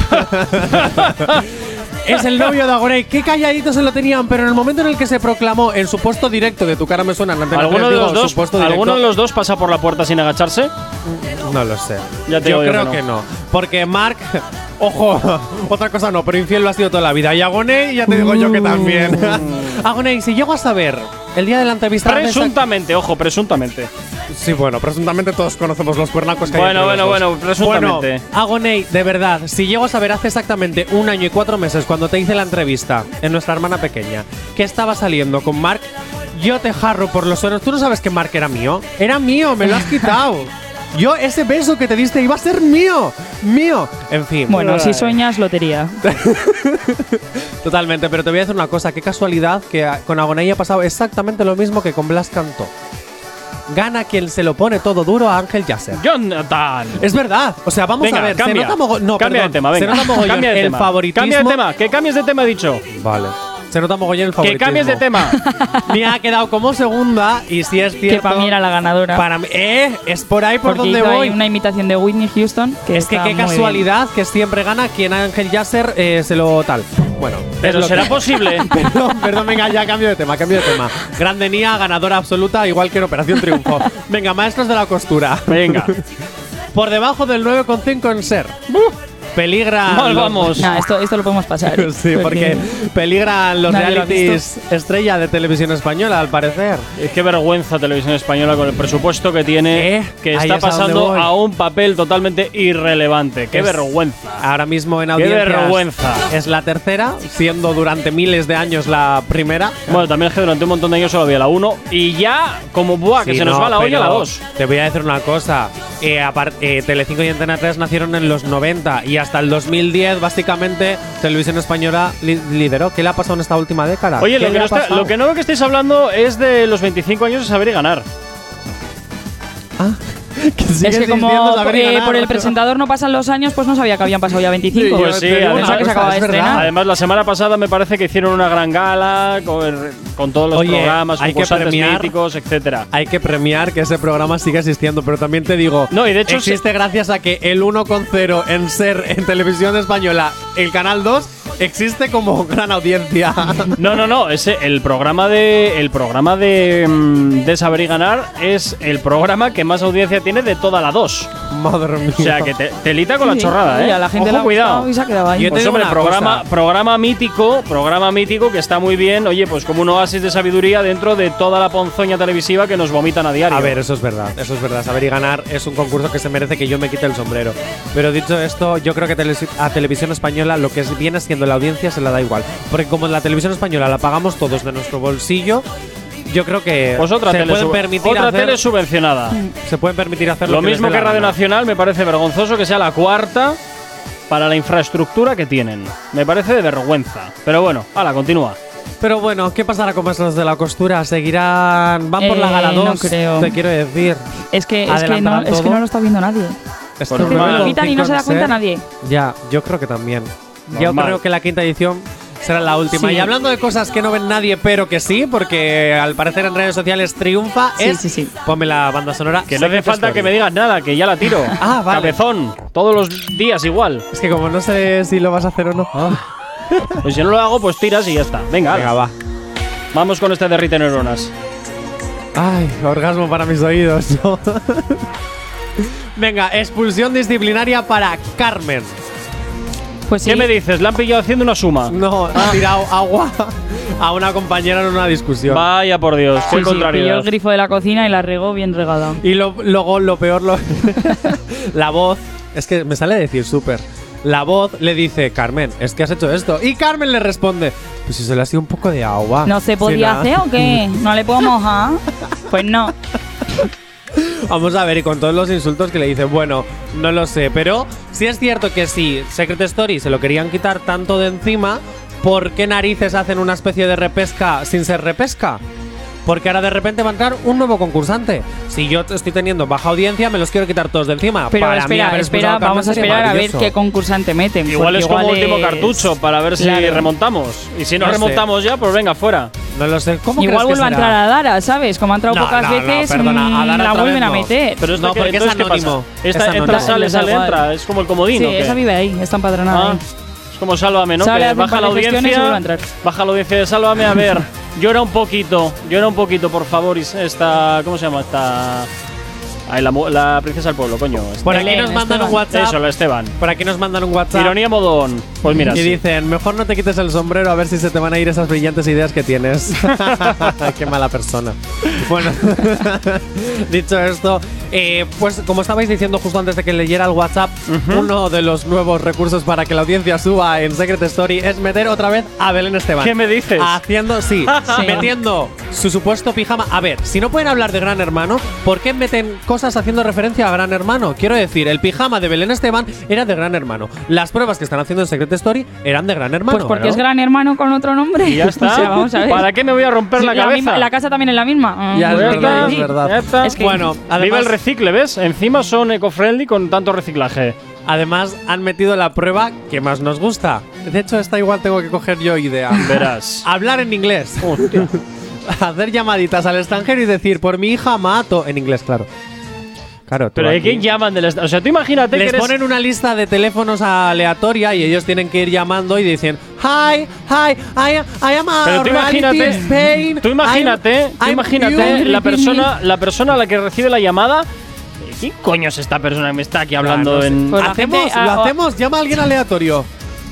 C: Es el novio de Agoney. Qué calladito se lo tenían, pero en el momento en el que se proclamó en su puesto directo de tu cara me suena en Antena
B: ¿Alguno,
C: 3,
B: de
C: digo,
B: los
C: su
B: dos,
C: puesto directo,
B: ¿alguno de los dos pasa por la puerta sin agacharse?
C: No lo sé.
B: Ya te
C: Yo
B: digo yo
C: creo
B: que
C: que no. Porque Mark, ojo, otra cosa no, pero infiel lo ha sido toda la vida. Y Agoney, ya te digo yo que también.
B: Mm.
C: Agoney, si llego a saber el día de la entrevista. la mesa-
B: Presuntamente, ojo, presuntamente.
C: Sí, bueno, presuntamente todos conocemos los cuernacos que hay.
B: Bueno,
C: entre los
B: bueno,
C: dos.
B: bueno, presuntamente.
C: Bueno, Agoney, de verdad, si llego a saber hace exactamente un año y cuatro meses cuando te hice la entrevista en nuestra hermana pequeña que estaba saliendo con Mark, yo te jarro por los suelos. Tú no sabes que Mark era mío. Era mío, me lo has quitado. Yo, ese beso que te diste iba a ser mío, mío. En fin.
D: Bueno, si sueñas, lotería.
C: Totalmente, pero te voy a decir una cosa, qué casualidad que a- con Agonay ha pasado exactamente lo mismo que con Blas Cantó. Gana quien se lo pone todo duro a Ángel Yasser.
B: Jonathan.
C: Es verdad, o sea, Eh, vamos
B: venga,
C: a ver,
B: cambia.
C: se nota mogo- no,
B: cambia
C: perdón,
B: de tema, venga.
C: se nota mogollón
B: cambia de
C: el
B: tema.
C: favoritismo.
B: Cambia de tema, que cambies de tema, he dicho.
C: Vale. Se nota mogollón el
B: Que
C: favoritismo.
B: cambies de tema.
C: Me ha quedado como segunda y si es cierto
D: Que para mí era la ganadora.
C: Para mí, eh, es por ahí por
D: porque
C: donde
D: hizo ahí
C: voy.
D: una imitación de Whitney Houston. Que
C: Es que
D: está
C: qué
D: muy
C: casualidad que siempre gana quien Ángel Yasser eh, se lo tal. Bueno, es
B: Pero
C: lo
B: será
C: que-
B: posible.
C: Perdón, perdón, venga, ya cambio de tema, cambio de tema. Grande Nia, ganadora absoluta, igual que en Operación Triunfo. Venga, maestros de la costura.
B: Venga.
C: Por debajo del 9,5 en ser. Peligra.
B: Mal
C: los-
B: vamos.
D: bien. Nah, esto, esto lo podemos pasar. ¿eh?
C: Sí, porque peligran los
D: Nadie lo ha
C: realities estrella de televisión española, al parecer.
B: Es que Eh, vergüenza Televisión Española con el presupuesto que tiene,
C: Eh,
B: que
C: ahí
B: está
C: es a donde
B: pasando
C: voy.
B: a un papel totalmente irrelevante. ¡Qué
C: Es-
B: vergüenza!
C: Ahora mismo en audiencias
B: vergüenza!
C: Es la tercera, siendo durante miles de años la primera.
B: Bueno, también es que durante un montón de años solo había la 1 y ya, como buah, que
C: Sí,
B: se nos
C: no,
B: va la olla la
C: pero
B: 2.
C: Te voy a decir una cosa. Eh, apar- eh, Telecinco y Antena 3 nacieron en los 90 y hasta el 2010, básicamente, Televisión Española li- lideró. ¿Qué le ha pasado en esta última década?
B: Oye,
C: ¿Qué
B: lo que,
C: le
B: no
C: ha
B: está-
C: pasado?
B: lo que no veo que estáis hablando es de los 25 años de saber y ganar.
D: Es
C: Sigue
D: que como
C: insistiendo, saber y
D: eh,
C: ganar,
D: por el
C: macho.
D: presentador no pasan los años, pues no sabía que habían pasado ya 25.
B: Pues sí,
D: Pensaba
B: además-
D: que se acababa de
C: es verdad.
D: estrenar.
B: Además, la semana pasada me parece que hicieron una gran gala con, con todos los
C: Oye,
B: programas,
C: hay que
B: concursantes
C: premiar-
B: míticos, etcétera.
C: Hay que premiar que ese programa siga existiendo, pero también te digo,
B: No, y de hecho
C: existe gracias a que el 1.0 en ser en televisión española, el canal 2 existe como gran audiencia.
B: No, no, no. Ese, el programa de el programa de, mm, de saber y ganar es el programa que más audiencia tiene de toda la 2.
C: Madre mía.
B: O sea que te, telita con la
D: Sí,
B: chorrada,
D: sí,
B: eh.
D: a la gente
B: Ojo,
D: le ha
B: cuidado.
D: gustado y se ha quedado ahí.
C: Yo te
B: Pues
C: digo
B: hombre,
C: una
B: programa,
C: cosa.
B: programa mítico, programa mítico que está muy bien, oye, pues como un oasis de sabiduría dentro de toda la ponzoña televisiva que nos vomitan a diario.
C: A ver, eso es verdad, eso es verdad. Saber y ganar es un concurso que se merece que yo me quite el sombrero. Pero dicho esto, yo creo que telesi- a Televisión Española lo que es- viene siendo la audiencia se la da igual. Porque como la Televisión Española la pagamos todos de nuestro bolsillo, yo creo que
B: pues otra,
C: se,
B: tele,
C: pueden
B: sub-
C: permitir
B: otra
C: hacer,
B: tele subvencionada.
D: Mm.
C: se pueden permitir hacer lo,
B: Lo
C: que les
B: mismo
C: dé
B: que
C: la
B: Radio
C: gana.
B: Nacional, me parece vergonzoso que sea la cuarta para la infraestructura que tienen. Me parece de vergüenza. Pero bueno, ala, continúa.
C: Pero bueno, ¿qué pasará con los de la costura? ¿Seguirán? ¿Van por la
D: Eh,
C: gala
D: no
C: 2?
D: creo.
C: Te quiero decir.
D: Es que, es que, no,
C: Adelantarán
D: es que
C: todo.
D: no lo está viendo nadie.
C: Es
B: Por que normal. lo
D: quitan y no se da cuenta nadie.
C: Ya, yo creo que también. Yo
B: Normal.
C: creo que la quinta edición será la última.
D: Sí.
C: Y hablando de cosas que no ven nadie, pero que sí, porque al parecer en redes sociales triunfa,
D: Sí,
C: es.
D: sí, sí.
C: Ponme la banda sonora.
B: Que no hace
C: Secret
B: falta
C: Story.
B: que me digas nada, que ya la tiro.
C: Ah, vale.
B: Cabezón, todos los días igual.
C: Es que como no sé si lo vas a hacer o no.
B: Pues si no lo hago, pues tiras y ya está. Venga,
C: Ah, Venga,
B: ala.
C: va.
B: vamos con este derrite neuronas.
C: Ay, orgasmo para mis oídos. ¿no? Venga, expulsión disciplinaria para Carmen.
D: Pues sí.
B: ¿Qué me dices? Le han pillado haciendo una suma.
C: No, ha tirado agua a una compañera en una discusión.
B: Vaya por Dios,
D: Sí,
B: qué
D: sí, pilló
B: contrariedad.
D: el grifo de la cocina y la regó bien regada.
C: Y lo- luego lo peor, lo- la voz, es que me sale decir súper. La voz le dice, Carmen, es que has hecho esto. Y Carmen le responde, pues si solo ha sido un poco de agua.
D: ¿No se
C: Ah, Sí,
D: podía
C: nada".
D: hacer o qué? ¿No le puedo mojar? Pues no.
C: Vamos a ver, y con todos los insultos que le dice, bueno, no lo sé, pero sí es cierto que sí, Secret Story se lo querían quitar tanto de encima, ¿por qué narices hacen una especie de repesca sin ser repesca? Porque ahora de repente va a entrar un nuevo concursante. Si yo te estoy teniendo baja audiencia, me los quiero quitar todos de encima.
D: Pero
C: Para mí,
D: espera,
C: haber expulsado
D: espera,
C: Carmen
D: vamos a
C: sería
D: esperar a ver
C: maravilloso.
D: qué concursante meten.
B: Igual
D: porque
B: es como último
D: es-
B: cartucho para ver si
D: Claro.
B: remontamos. Y si no,
C: No sé.
B: remontamos ya, pues venga, fuera.
C: No lo sé. ¿Cómo crees
D: Igual
C: que
D: vuelve a
C: será?
D: entrar a Dara, ¿sabes? Como ha entrado
C: No,
D: pocas
C: no, no,
D: veces,
C: perdona, a
D: mm,
C: Dara
D: la
C: otra
D: vuelven
C: vez
D: a
C: no.
D: meter.
B: Pero
C: No,
B: esto que-
C: porque es
B: entonces, ¿qué pasa?
C: anónimo. Es
B: Esta,
C: anónimo.
B: entra, sale,
D: Les da
B: sale,
D: igual.
B: entra. Es como el comodín.
D: Sí,
B: ¿o qué?
D: esa vive ahí, está empadronada.
B: Ah,
D: ahí.
B: es como Sálvame, ¿no?
D: Sale,
B: Que
D: hace un
B: baja
D: par
B: la
D: de gestiones y vuelve a
B: audiencia.
D: entrar.
B: Baja la audiencia de Sálvame, a ver. Llora un poquito, llora un poquito, por favor. y Esta. ¿Cómo se llama? Esta. Ay, la, mu- la princesa del pueblo, coño. Esta-
C: Por aquí
D: Belén,
C: nos mandan un
D: Esteban.
C: WhatsApp.
B: Eso, la Esteban.
C: Por aquí nos mandan un WhatsApp.
B: Ironía modón. Pues mira, sí.
C: y dicen, mejor no te quites el sombrero a ver si se te van a ir esas brillantes ideas que tienes. Qué mala persona. Bueno, dicho esto, eh, pues como estabais diciendo justo antes de que leyera el WhatsApp, uno de los nuevos recursos para que la audiencia suba en Secret Story es meter otra vez a Belén Esteban.
B: ¿Qué me dices?
C: Haciendo, sí,
D: Sí.
C: metiendo su supuesto pijama. A ver, si no pueden hablar de Gran Hermano, ¿por qué meten cosas haciendo referencia a Gran Hermano? Quiero decir, el pijama de Belén Esteban era de Gran Hermano. Las pruebas que están haciendo en Secret Story eran de Gran Hermano.
D: Pues porque
C: ¿no?
D: es gran hermano con otro nombre.
B: Y ya está.
D: O sea, vamos a ver.
B: ¿Para qué me voy a romper
D: Sí,
B: la
D: La, misma-
B: cabeza?
D: la casa también es la misma. Mm,
C: Ya, es
D: pues
B: Ya
C: verdad,
D: te quiero
B: está,
C: es
D: decir.
C: verdad.
B: ya está.
D: Es que-
C: Bueno,
B: Viva el
C: además,
B: recicle, ¿ves? Encima son eco-friendly con tanto reciclaje.
C: además han metido la prueba que más nos gusta. De hecho, esta igual tengo que coger yo idea.
B: Verás.
C: hablar en inglés.
B: Hostia.
C: Hacer llamaditas al extranjero y decir, por mi hija mato. En inglés, claro. Claro, tú
B: Pero ¿de
D: ¿eh,
C: aquí-
B: quién llaman del esta- O sea, tú imagínate que
C: Les
B: eres-
C: ponen una lista de teléfonos aleatoria y ellos tienen que ir llamando y dicen Hi, hi, I am, I am a
B: Pero tú
C: reality
B: imagínate,
C: Spain.
B: tú imagínate,
C: I'm-
B: tú
C: I'm
B: imagínate
C: you".
B: la persona, la persona a la que recibe la llamada. eh, ¿Quién coño es esta persona que me está aquí hablando
C: no sé.
B: en?
D: Pues la
C: hacemos,
D: gente- ah,
C: lo
D: o-
C: hacemos, llama a alguien aleatorio.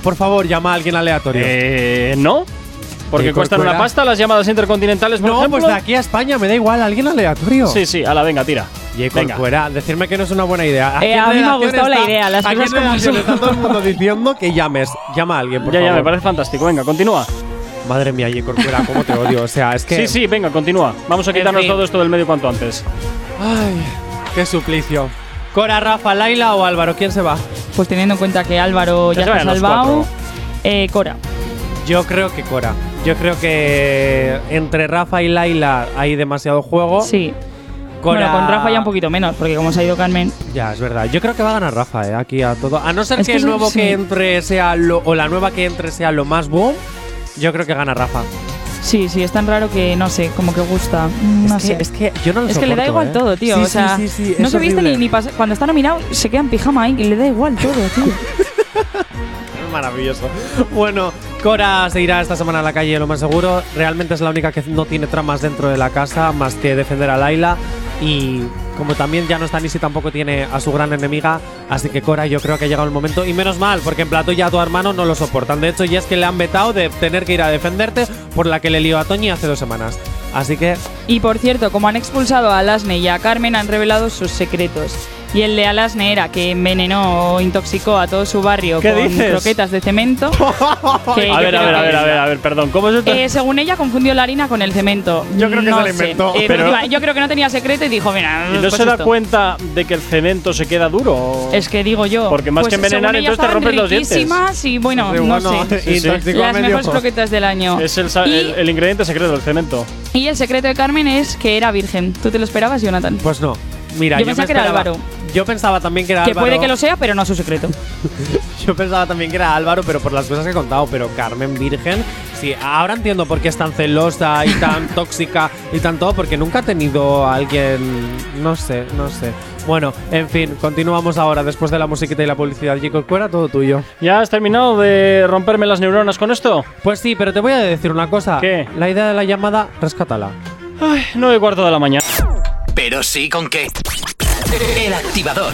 C: Por favor, llama a alguien aleatorio.
B: Eh, no, porque
C: Eh,
B: cuestan
C: Corcuera.
B: una pasta las llamadas intercontinentales, por
C: no,
B: ejemplo.
C: pues de aquí a España me da igual, alguien aleatorio.
B: Sí, sí, a la venga, tira.
C: Y
B: Venga.
C: fuera, decirme que no es una buena idea. Aquí
D: Eh,
C: en
D: a mí me ha
C: redacción
D: gustado la
C: está-
D: idea, las
C: aquí en
D: cosas como
C: redacción
D: son.
C: está todo el mundo diciendo que llames, llama a alguien, por
B: ya, ya, me
C: favor.
B: parece fantástico. Venga, continúa.
C: Madre mía, Ye Corcuera, cómo te odio. O sea, es que
B: Sí, sí, venga, continúa. Vamos a quitarnos
C: fin.
B: todo esto del medio cuanto antes.
C: Ay, qué suplicio. Cora, Rafa, Laila o Álvaro, ¿quién se va?
D: Pues teniendo en cuenta que Álvaro
B: Ya
D: ya
B: se
D: se ha
B: vayan los
D: salvado.
B: cuatro.
D: Eh, Cora.
C: Yo creo que Cora. Yo creo que entre Rafa y Laila hay demasiado
B: Oh,
C: juego.
D: Sí.
C: Cora.
D: Bueno, con Rafa ya un poquito menos, porque como se ha ido Carmen.
C: Ya, es verdad. Yo creo que va a ganar Rafa, ¿eh? Aquí a todo. A no ser
D: Es
C: que,
D: que
C: el
D: sí,
C: nuevo
D: sí.
C: que entre sea lo. o la nueva que entre sea lo más boom, yo creo que gana Rafa.
D: Sí, sí, es tan raro que no sé, como que gusta. Mm, No
C: es,
D: sé.
C: Que, es que yo no lo
D: Es que le da
C: soporto,
D: igual
C: ¿eh?
D: todo, tío.
C: Sí,
D: o
C: sí,
D: sea,
C: sí, sí,
D: no
C: es
D: se viste ni,
C: horrible.
D: ni pas- cuando está nominado se queda en pijama ahí y le da igual todo, tío.
C: Maravilloso. Bueno, Cora se irá esta semana a la calle, lo más seguro. Realmente es la única que no tiene tramas dentro de la casa, más que defender a Laila. Y como también ya no está Nisi, tampoco tiene a su gran enemiga. Así que Cora, yo creo que ha llegado el momento. Y menos mal, porque en plato ya a tu hermano no lo soportan. De hecho, ya es que le han vetado de tener que ir a defenderte por la que le lió a Toñi hace dos semanas. Así que
D: Y por cierto, como han expulsado a Lasney y a Carmen, han revelado sus secretos. y el de Alasne era que envenenó o intoxicó a todo su barrio
B: ¿Qué
D: con
B: dices?
D: croquetas de cemento. que
B: A
D: yo
B: ver, a
D: creo
B: ver, a
D: que-
B: ver, a ver, a ver, perdón. ¿Cómo es esto?
D: Eh, según ella, confundió la harina con el cemento.
C: Yo creo que
D: No
C: se la
D: sé.
C: inventó.
D: Eh,
B: Pero-
D: encima, yo creo que no tenía secreto y dijo, mira,
B: ¿Y no
D: pues
B: se da
D: esto.
B: cuenta de que el cemento se queda duro?
D: Es que digo yo. pues,
B: Porque más que envenenar,
D: según ella,
B: entonces te
D: estaban
B: rompes los dientes.
D: riquísimas Y bueno,
C: Sí,
D: Oh, no
C: bueno,
D: sé.
B: Sí, sí.
C: intoxicó a
D: Las
C: medio
D: mejores
C: ojo.
D: croquetas del año.
B: Es el, sa-
D: y,
B: el- el ingrediente secreto, el cemento.
D: y el secreto de Carmen es que era virgen. ¿Tú te lo esperabas, Jonathan?
C: Pues no. Mira,
D: Yo
C: yo,
D: pensaba
C: me
D: que era
C: esperaba-
D: Álvaro.
C: Yo pensaba también que era
D: que
C: Álvaro.
D: puede que lo sea, pero no su secreto.
C: Yo pensaba también que era Álvaro, pero por las cosas que he contado. Pero Carmen Virgen, sí, ahora entiendo por qué es tan celosa y tan tóxica y tan todo, porque nunca ha tenido a alguien. No sé, no sé. Bueno, en fin, continuamos ahora después de la musiquita y la publicidad. Chico, era todo tuyo.
B: ¿Ya has terminado de romperme las neuronas con esto?
C: Pues sí, pero te voy a decir una cosa.
B: ¿Qué?
C: La idea de la llamada, rescátala.
B: Ay, 9 y cuarto de la mañana.
A: Pero sí con qué. El activador.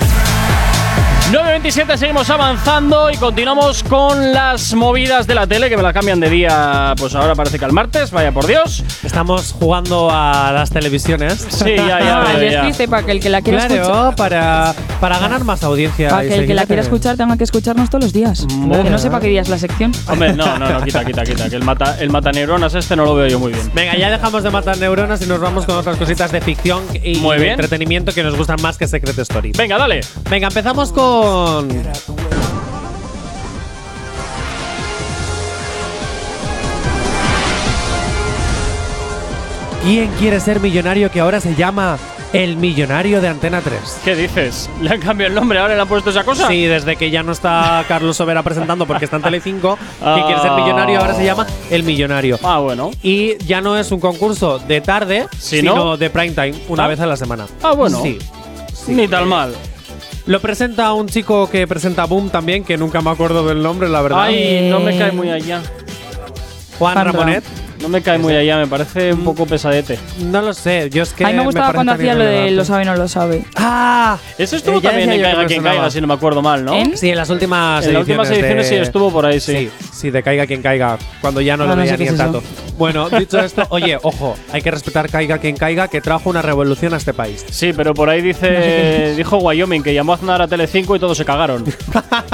B: 9.27, seguimos avanzando y continuamos con las movidas de la tele que me la cambian de día. Pues ahora parece que al martes, vaya por Dios.
C: Estamos jugando a las televisiones.
B: Sí, ya, ya.
D: Ah,
B: ya,
D: y es
B: ya.
D: triste para que el que la quiera escuchar.
C: Claro, para, para ganar más audiencia.
D: Para
C: y
D: que el que la
C: seguidores.
D: quiera escuchar tenga que escucharnos todos los días. Que no sepa qué día es la sección.
B: Hombre, no, no, no, quita, quita, quita. Que el mata, el mata neuronas este no lo veo yo muy bien.
C: Venga, ya dejamos de matar neuronas y nos vamos con otras cositas de ficción y
B: Muy
C: de
B: bien.
C: entretenimiento que nos gustan más que Secret Story.
B: Venga, dale.
C: Venga, empezamos con. ¿Quién quiere ser millonario que ahora se llama El Millonario de Antena 3?
B: ¿Qué dices? ¿Le han cambiado el nombre? ¿Ahora le han puesto esa cosa?
C: Sí, desde que ya no está Carlos Sobera presentando porque está en Telecinco,
B: Ah.
C: ¿Quién quiere ser millonario ahora se llama El Millonario.
B: Ah, bueno.
C: Y ya no es un concurso de tarde,
B: Si
C: sino
B: no-
C: de prime time, una
B: Ah.
C: vez a la semana.
B: Ah, bueno.
C: Sí.
B: Ni tan mal.
C: Lo presenta un chico que presenta Boom también, que nunca me acuerdo del nombre, la verdad.
B: Ay, no me cae muy allá.
C: Juan
D: Juan
C: Ramonet.
B: No me cae muy allá, me parece un poco pesadete.
C: No lo sé, yo es que.
D: A mí me gustaba
C: parece
D: cuando
C: tan
D: hacía lo de
C: irrelevante.
D: lo sabe no lo sabe.
C: ¡Ah!
B: Eso estuvo
C: Eh, ya
B: también
C: decía
B: en
C: yo que
B: Caiga
C: me
B: quien
C: sonaba.
B: caiga, si no me acuerdo mal, ¿no?
D: ¿En?
C: Sí, en las últimas
B: En las últimas ediciones sí
C: de-
B: estuvo por ahí, sí.
C: sí. sí, de caiga quien caiga, cuando ya no
D: Ah,
C: lo
D: no
C: veía
D: sé
C: ni
D: qué
C: en
D: es eso.
C: tanto. Bueno, dicho esto, oye, ojo, hay que respetar caiga quien caiga, que trajo una revolución a este país.
B: Sí, pero por ahí dice, dijo Wyoming que llamó a Aznar a Telecinco y todos se cagaron.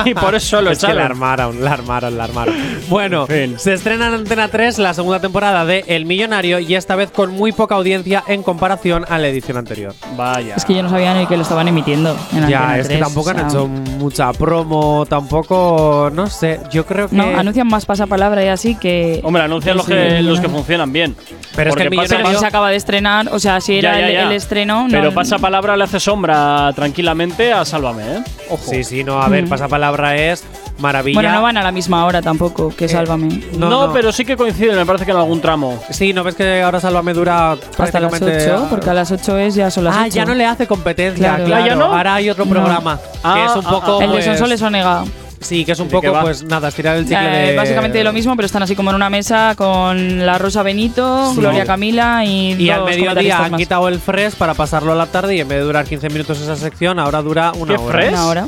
B: y por eso lo
C: Ah, es que la
B: echaron.
C: armaron, la armaron, la armaron. Bueno,
B: En fin.
C: se estrena en Antena 3 la segunda temporada de El Millonario y esta vez con muy poca audiencia en comparación a la edición anterior.
B: Vaya.
D: Es que yo no sabía ni que lo estaban emitiendo. En
C: ya,
D: Antena ah.
C: es que
D: 3,
C: tampoco
D: o sea.
C: han hecho mucha promo, tampoco, no sé, yo creo que...
D: No, anuncian más pasapalabra y así que.
B: Hombre, anuncian los
D: Sí,
B: que,
D: sí,
B: los que
D: no.
B: funcionan bien.
C: Pero es que el
B: pasa
D: Pero si
C: millonario-
D: se acaba de estrenar, o sea, si
B: Ya,
D: era
B: ya,
D: el-
B: ya.
D: el estreno. no-
B: Pero pasa palabra le hace sombra tranquilamente a Sálvame, ¿eh? Ojo.
C: Sí, sí, no, a ver,
D: Mm.
C: pasapalabra es maravilla.
D: Bueno, no van a la misma hora tampoco, que sálvame.
B: Eh, No,
C: no, no.
B: pero sí que coinciden, me parece que en algún tramo.
C: Sí, ¿no ves que ahora Salvame dura
D: Hasta las
C: prácticamente-
D: 8, porque a las 8 es ya son las
C: Ah,
D: 8.
C: ya no le hace competencia,
D: Claro.
C: claro.
B: Ah, ¿ya no?
C: Ahora hay otro
D: No.
C: programa que
B: Ah,
C: es un
B: ah,
C: poco
B: ah.
D: El de
C: pues,
D: Sonsoles Onega.
C: Sí, que es un
B: ¿De qué
C: poco
B: va?
C: pues nada, estirar el chicle
D: Eh,
C: de-
D: Básicamente lo mismo, pero están así como en una mesa con la Rosa Benito,
C: Sí.
D: Gloria Camila y.
C: Y al
D: dos
C: mediodía
D: comentaristas
C: han
D: más.
C: quitado el fresh para pasarlo a la tarde y en vez de durar 15 minutos esa sección, ahora dura una
B: ¿Qué
C: hora.
B: fresh?
D: Una hora.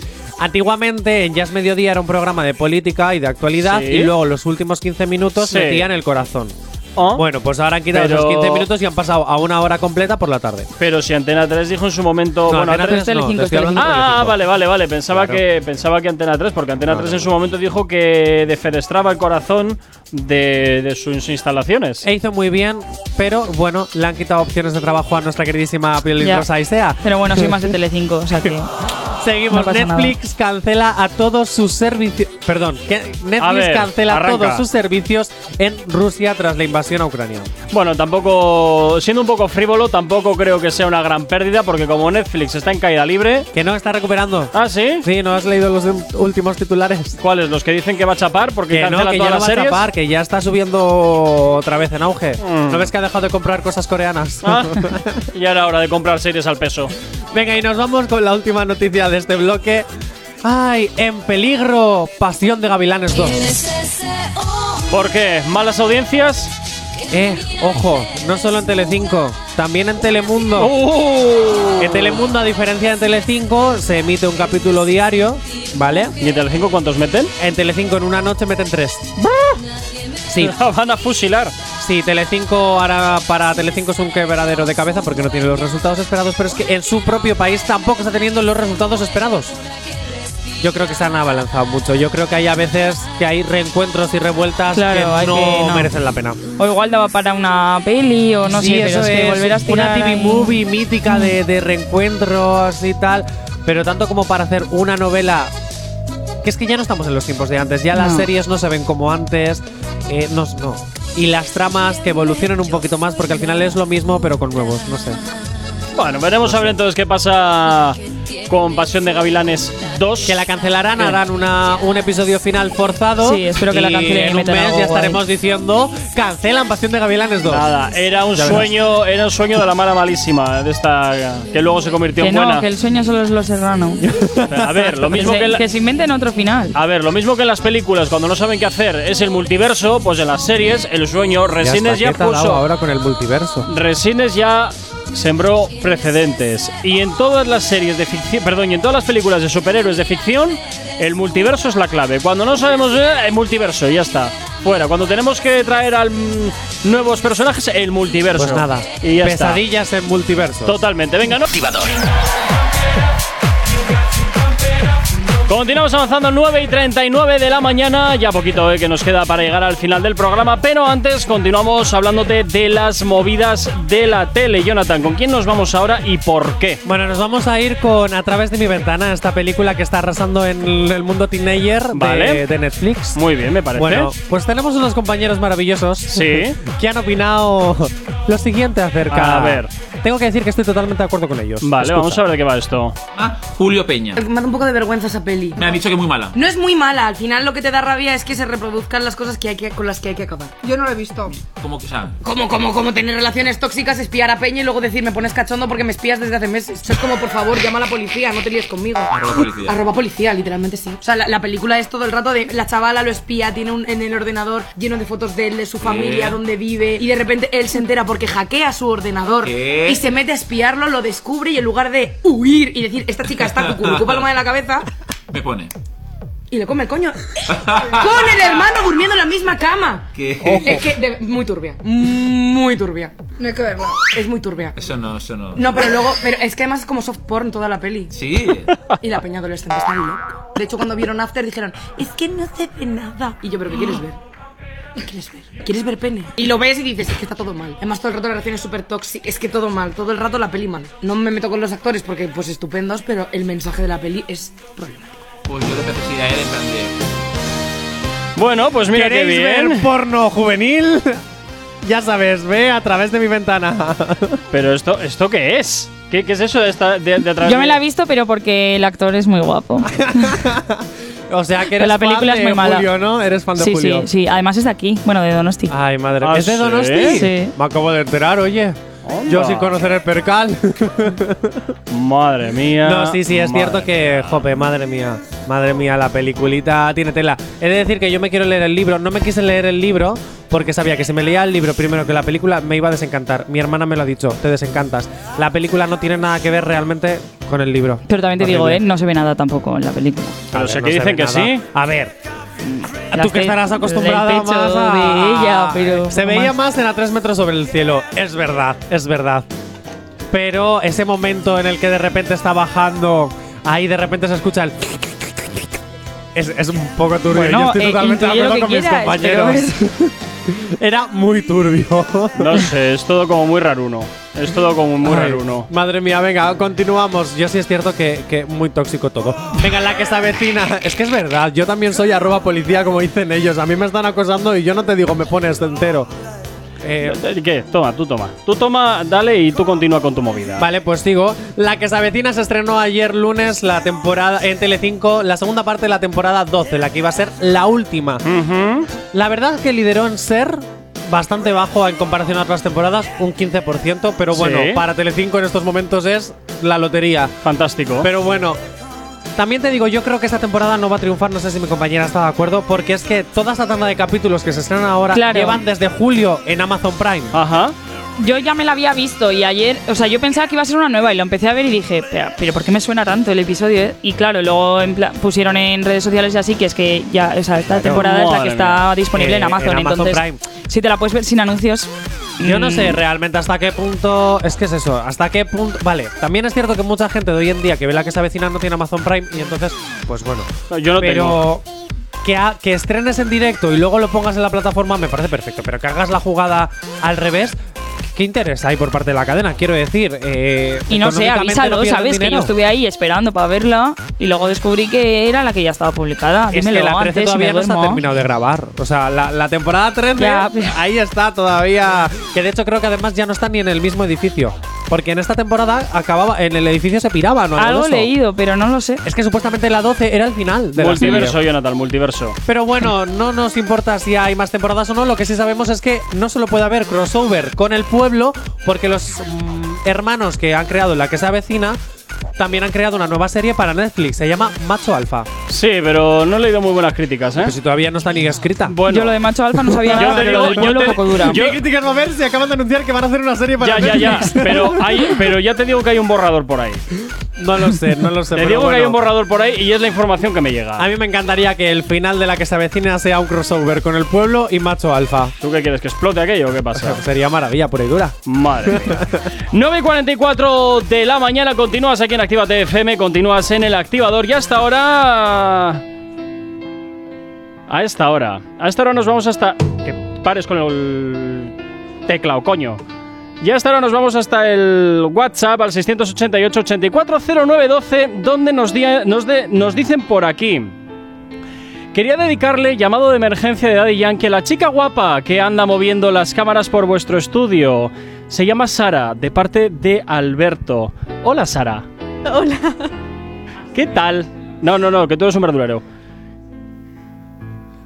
C: Antiguamente en Jazz Mediodía era un programa de política y de actualidad
B: Sí.
C: y luego los últimos 15 minutos
B: Sí.
C: metían el corazón.
B: Ah.
C: Bueno, pues ahora han quitado
B: Pero-
C: esos 15 minutos y han pasado a una hora completa por la tarde.
B: Pero si Antena 3 dijo en su momento.
C: No,
B: Oh, bueno,
C: Antena
B: Antena-
C: tres no,
D: Telecinco,
C: te estoy hablando de
B: Ah, ah,
C: Telecinco.
B: vale, vale, vale. Pensaba,
C: Claro.
B: que, pensaba que Antena 3, porque Antena
C: No,
B: 3
C: no,
B: en su momento dijo que defenestraba el corazón de, de sus instalaciones.
C: E hizo muy bien, pero bueno, le han quitado opciones de trabajo a nuestra queridísima Piolín
D: Ya.
C: Rosa Isea.
D: Pero bueno, soy más de Telecinco, o sea que.
C: Seguimos.
D: No pasa
C: Netflix cancela a todos sus servicios. Perdón, que
B: A
C: Netflix
B: ver,
C: cancela
B: arranca.
C: todos sus servicios en Rusia tras la invasión a Ucrania.
B: Bueno, tampoco. Siendo un poco frívolo, tampoco creo que sea una gran pérdida, porque como Netflix está en caída libre.
C: Que no está recuperando.
B: Ah, sí.
C: Sí, ¿no has leído los ult- últimos titulares?
B: ¿Cuáles? ¿Los que dicen que va a chapar porque
C: Que no,
B: cancela
C: que ya
B: todas
C: no
B: las
C: va a
B: series?
C: tapar, que ya está subiendo otra vez en auge.
B: Mm.
C: ¿No ves que ha dejado de comprar cosas coreanas?
B: Ah, y ahora hora de comprar series al peso.
C: Venga, y nos vamos con la última noticia de este bloque. ¡Ay, en peligro! Pasión de Gavilanes 2.
E: Eres ese hombre
B: ¿Por qué? ¿Malas audiencias?
C: Eh, ojo, no solo en Telecinco, también en Telemundo.
B: ¡Uh!
C: En Telemundo, a diferencia de en Telecinco, se emite un capítulo diario, ¿vale?
B: ¿Y en Telecinco cuántos meten?
C: En Telecinco en una noche meten tres. Sí,
B: La van a fusilar.
C: sí, sí, Telecinco ahora para Telecinco es un quebradero de cabeza porque no tiene los resultados esperados, pero es que en su propio país tampoco está teniendo los resultados esperados. Yo creo que se han abalanzado mucho. Yo creo que hay a veces que hay reencuentros y revueltas
D: Claro,
C: que,
D: hay
C: no
D: que no.
C: merecen la pena.
D: O igual daba para una peli o no
C: Sí,
D: sé,
C: eso
D: pero es que volver a
C: es una
D: estirar
C: TV
D: ahí-
C: movie mítica de, de reencuentros y tal, pero tanto como para hacer una novela que es que ya no estamos en los tiempos de antes, ya las
D: No.
C: series no se ven como antes, eh, no, no. Y las tramas que evolucionan un poquito más porque al final es lo mismo pero con nuevos, no sé.
B: Bueno, veremos a ver entonces qué pasa con Pasión de Gavilanes 2.
C: Que la cancelarán,
B: Sí.
C: harán una, un episodio final forzado.
D: Sí, espero que la
C: y
D: cancelen y
C: En un
D: metan
C: mes
D: algo
C: ya
D: guay.
C: estaremos diciendo cancelan Pasión de Gavilanes 2.
B: Nada, era un
C: Ya verás.
B: sueño, era un sueño de la mala malísima, de esta que luego se convirtió
D: Que
B: en
D: no,
B: buena.
D: que el sueño solo es lo serrano.
B: A ver, lo mismo
D: se,
B: que, la-
D: se inventen otro final.
B: a ver, lo mismo que en las películas cuando no saben qué hacer es el multiverso, pues en las series el sueño Resines ya, puso
C: ahora con el multiverso.
B: Resines ya sembró precedentes y en todas las series de ficción, perdón, y en todas las películas de superhéroes de ficción, el multiverso es la clave. Cuando no sabemos eh, el multiverso, ya está. Fuera, cuando tenemos que traer al mm, nuevos personajes, el multiverso.
C: Pues nada,
B: Y ya está.
C: pesadillas en multiverso.
B: Totalmente. Venga, no.
A: Activador.
B: Continuamos avanzando 9 y 39 de la mañana, ya poquito eh, que nos queda para llegar al final del programa, pero antes continuamos hablándote de las movidas de la tele. Jonathan, ¿con quién nos vamos ahora y por qué?
C: Bueno, nos vamos a ir con A través de mi ventana, esta película que está arrasando en el mundo teenager de-
B: Vale.
C: de, Netflix.
B: Muy bien, me parece.
C: Bueno, pues tenemos unos compañeros maravillosos
B: Sí.
C: que han opinado lo siguiente acerca.
B: A ver.
C: Tengo que decir que estoy totalmente de acuerdo con ellos.
B: Vale,
C: Escucha.
B: vamos a ver de qué va esto.
G: Ah, Julio Peña.
H: Me da un poco de vergüenza esa peli.
G: Me han dicho que muy mala.
H: No es muy mala, al final lo que te da rabia es que se reproduzcan las cosas que hay que, con las que hay que acabar. Yo no lo he visto.
G: Como que, o sea,
H: Como, como, como tener relaciones tóxicas, espiar a Peña y luego decir me pones cachondo porque me espías desde hace meses. Es como, por favor, llama a la policía, no te líes conmigo.
G: Arroba policía.
H: Arroba policía, literalmente sí. O sea, la, la película es todo el rato de la chavala lo espía, tiene un, en el ordenador lleno de fotos de él, de su familia,
G: Eh.
H: donde vive, y de repente él se entera porque hackea su ordenador
G: Eh.
H: y se mete a espiarlo, lo descubre y en lugar de huir y decir esta chica está cucurucú paloma de la cabeza,
G: me pone.
H: y le come el coño. Con el hermano durmiendo en la misma cama.
G: ¿Qué?
H: Es que de- muy turbia. Muy turbia. No hay que verla. Es muy turbia.
G: Eso no, eso no.
H: No, pero luego, pero es que además es como soft porn toda la peli.
G: Sí.
H: Y la peña adolescente está loco. De hecho, cuando vieron After dijeron, es que no se ve nada. Y yo, pero ¿qué quieres ver? ¿Qué quieres ver? ¿Quieres ver pene? Y lo ves y dices, es que está todo mal. Además, todo el rato la relación es súper tóxica. Es que todo mal, todo el rato la peli mal. No me meto con los actores porque, pues, estupendos, pero el mensaje de la peli es problemático.
G: Pues yo le empecé a ir a él en plan de.
B: Bueno, pues mira qué
C: ¿Queréis
B: bien.
C: ver porno juvenil? ya sabes, ve a través de mi ventana.
B: Pero esto, ¿esto qué es? ¿Qué, qué es eso de, esta, de, de atrás
D: Yo me
B: de-
D: la he visto, pero porque el actor es muy guapo.
C: o sea que
D: Pero
C: eres
D: la película
C: fan
D: es muy
C: de
D: mala.
C: Julio, ¿no? Eres fan de
D: sí,
C: Julio.
D: sí, sí. Además es de aquí, bueno, de Donosti.
C: Ay, madre
B: ¿Ah,
C: ¿Es de
B: sí?
C: Donosti?
D: Sí.
C: Me acabo de enterar, oye.
B: Onda.
C: Yo sin conocer el percal.
B: Madre mía.
C: No, sí, sí, es
B: madre
C: cierto que,
B: mía.
C: jope, madre mía, madre mía, la peliculita tiene tela. He de decir que yo me quiero leer el libro, no me quise leer el libro porque sabía que si me leía el libro primero que la película me iba a desencantar. Mi hermana me lo ha dicho, te desencantas. La película no tiene nada que ver realmente con el libro.
D: Pero también te digo,
C: Horrible.
D: ¿eh? No se ve nada tampoco en la película.
C: A
B: Pero
C: ver,
B: sé
C: no
B: que
C: se
B: dicen
C: ve
B: que
C: nada.
B: sí.
C: A ver.
D: Las
C: Tú que
D: te-
C: estarás
D: el
C: acostumbrada
D: pecho
C: más a-
D: de ella, pero
C: Se
D: no
C: veía
D: más.
C: más en A 3 metros sobre el cielo. Es verdad, es verdad. Pero ese momento en el que de repente está bajando, ahí de repente se escucha el. Es, es un poco turbio.
D: Bueno,
C: Yo estoy
D: eh,
C: totalmente de
D: intuye
C: acuerdo
D: lo que
C: con mis
D: quieras, pero
C: compañeros. Era muy turbio.
B: No sé, es todo como muy raruno. Es todo como muy
C: Ay,
B: raruno.
C: Madre mía, venga, continuamos. Yo sí es cierto que, que muy tóxico todo. Venga, la que se avecina. Es que es verdad, yo también soy arroba policía como dicen ellos. A mí me están acosando y yo no te digo me pones entero. Eh,
B: ¿Qué? Toma, tú toma. Tú toma, dale y tú continúa con tu movida.
C: Vale, pues sigo. La que se avecina se estrenó ayer lunes la temporada en Telecinco, la segunda parte de la temporada 12, la que iba a ser la última.
B: Ujú.
C: La verdad que lideró en ser bastante bajo en comparación a otras temporadas, un 15%, pero bueno,
B: Sí.
C: para Telecinco en estos momentos es la lotería.
B: Fantástico.
C: Pero bueno, también te digo, yo creo que esta temporada no va a triunfar, no sé si mi compañera está de acuerdo, porque es que toda esta tanda de capítulos que se estrenan ahora
D: Claro.
C: llevan desde julio en Amazon Prime.
B: Ajá.
D: yo ya me la había visto y ayer, o sea, yo pensaba que iba a ser una nueva y la empecé a ver y dije, pero, pero ¿por qué me suena tanto el episodio? eh?". Y claro, luego en pla- pusieron en redes sociales y así que es que ya, o sea,
C: Claro.
D: esta temporada es la
C: Madre
D: que está
C: mía.
D: disponible
C: Eh,
D: en Amazon,
C: en Amazon
D: entonces
C: Prime.
D: si te la puedes ver sin anuncios.
C: Yo no
D: mm,
C: sé realmente hasta qué punto. Es que es eso, hasta qué punto. Vale, también es cierto que mucha gente de hoy en día que ve la que está vecina no tiene Amazon Prime y entonces, pues bueno.
B: No, yo no tengo.
C: pero que, ha- que estrenes en directo y luego lo pongas en la plataforma me parece perfecto, pero que hagas la jugada al revés. ¿Qué interés hay por parte de la cadena? Quiero decir. eh,
D: Y no sé,
C: económicamente
D: avísalo,
C: no pierden
D: ¿sabes? Que yo
C: dinero.
D: estuve ahí esperando para verla y luego descubrí que era la que ya estaba publicada.
C: Es que
D: Dímelo
C: la 13
D: antes y
C: todavía
D: me
C: no está
D: duermo.
C: terminado de grabar. O sea, la, la temporada 13,
D: Ya, pero-
C: ahí está todavía. Que de hecho creo que además ya no está ni en el mismo edificio. Porque en esta temporada acababa, en el edificio se piraba, ¿no?
D: Algo
C: de eso.
D: leído, pero no lo sé.
C: Es que supuestamente la 12 era el final de la serie.
B: Multiverso, Jonathan, multiverso.
C: Pero bueno, no nos importa si hay más temporadas o no. Lo que sí sabemos es que no solo puede haber crossover con el pueblo, porque los mm, hermanos que han creado la que se avecina también han creado una nueva serie para Netflix. Se llama Macho Alfa.
B: Sí, pero no he leído muy buenas críticas, ¿eh?
C: Que si todavía no está ni escrita.
B: Bueno,
D: yo lo de macho alfa no sabía
B: Yo
D: nada,
B: te
D: pero
B: digo,
D: lo del
B: yo
D: pueblo
B: te-
D: poco dura.
B: yo-
C: ¿Qué críticas va a haber si acaban de anunciar que van a hacer una serie para
B: ya, ya, ya.
C: Netflix?
B: Pero, hay, pero ya te digo que hay un borrador por ahí.
C: No lo sé, no lo sé.
B: Te
C: pero
B: digo que hay
C: bueno.
B: un borrador por ahí y es la información que me llega.
C: A mí me encantaría que el final de la que se avecina sea un crossover con el pueblo y Macho Alfa.
B: ¿Tú qué quieres? ¿Que explote aquello o qué pasa?
C: Sería maravilla pura y dura.
B: Madre mía. 9 y 44 de la mañana. Continúas aquí en Actívate FM. Continúas en el activador. Y hasta ahora. A esta hora. A esta hora nos vamos hasta. Que pares con el teclado, coño. Y hasta ahora nos vamos hasta el WhatsApp al 688-840912, donde nos, di- nos, de- nos dicen por aquí. Quería dedicarle llamado de emergencia de Daddy Yankee a la chica guapa que anda moviendo las cámaras por vuestro estudio. Se llama Sara, de parte de Alberto. Hola, Sara.
I: Hola.
B: ¿Qué tal? No, no, no, que tú eres un verdulero.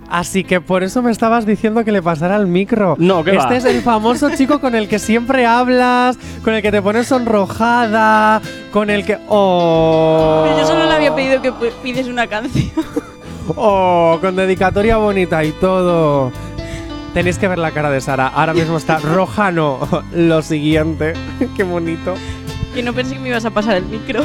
C: Así que por eso me estabas diciendo que le pasara al micro.
B: No, ¿qué
C: Este
B: va?
C: es el famoso chico con el que siempre hablas, con el que te pones sonrojada, con el que. ¡Oh!
I: Pero yo solo le había pedido que pu- pides una canción.
C: Oh, con dedicatoria bonita y todo. Tenéis que ver la cara de Sara. Ahora mismo está rojano. Lo siguiente. Qué bonito.
I: Que no pensé que me ibas a pasar el micro.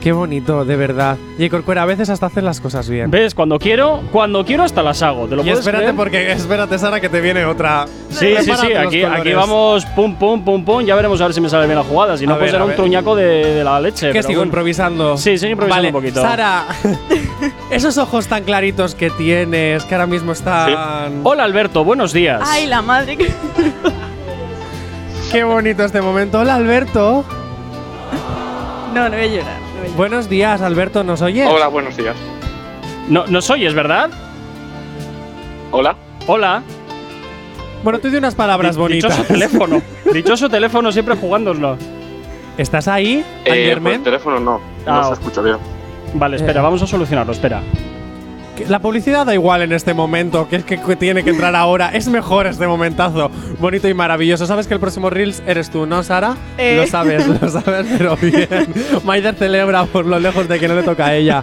C: Qué bonito, de verdad. Y Corcuera, a veces hasta haces las cosas bien.
B: ¿Ves? Cuando quiero, cuando quiero hasta las hago. ¿Te lo
C: Y
B: puedes
C: espérate
B: creer?
C: porque espérate Sara que te viene otra.
B: Sí, sí, sí,
C: Prepárate los
B: aquí, aquí
C: colores.
B: vamos pum, pum, pum, pum. Ya veremos a ver si me sale bien la jugada. Si no,
C: A
B: pues
C: ver,
B: será
C: a
B: un
C: ver.
B: truñaco de, de la leche.
C: Que
B: pero
C: sigo
B: bueno.
C: improvisando.
B: Sí, sigue improvisando
C: Vale,
B: un poquito.
C: Sara, esos ojos tan claritos que tienes, que ahora mismo están. Oh,
B: Hola, Alberto, buenos días.
I: Ay, la madre que.
C: Qué bonito este momento. Hola, Alberto.
I: No, no voy a llorar. no voy a llorar.
C: Buenos días, Alberto, ¿nos oyes?
J: Hola, buenos días.
B: No, ¿Nos oyes, verdad?
J: Hola.
B: Hola.
C: Bueno, tú di unas palabras
B: Di-
C: bonitas.
B: Dichoso teléfono. Dichoso teléfono siempre jugándonos.
C: ¿Estás ahí,
J: Eh,
F: pues,
J: por
C: Anderman?
J: el teléfono no,
B: Ah,
J: no se escucha bien.
B: Vale, espera,
C: Eh.
B: vamos a solucionarlo, espera.
C: Que La publicidad da igual en este momento, que es que que tiene que entrar ahora. Es mejor este momentazo. Bonito y maravilloso. Sabes que el próximo Reels eres tú, ¿no, Sara?
I: Eh.
C: Lo sabes, lo sabes, pero bien. Maider celebra por lo lejos de que no le toca a ella.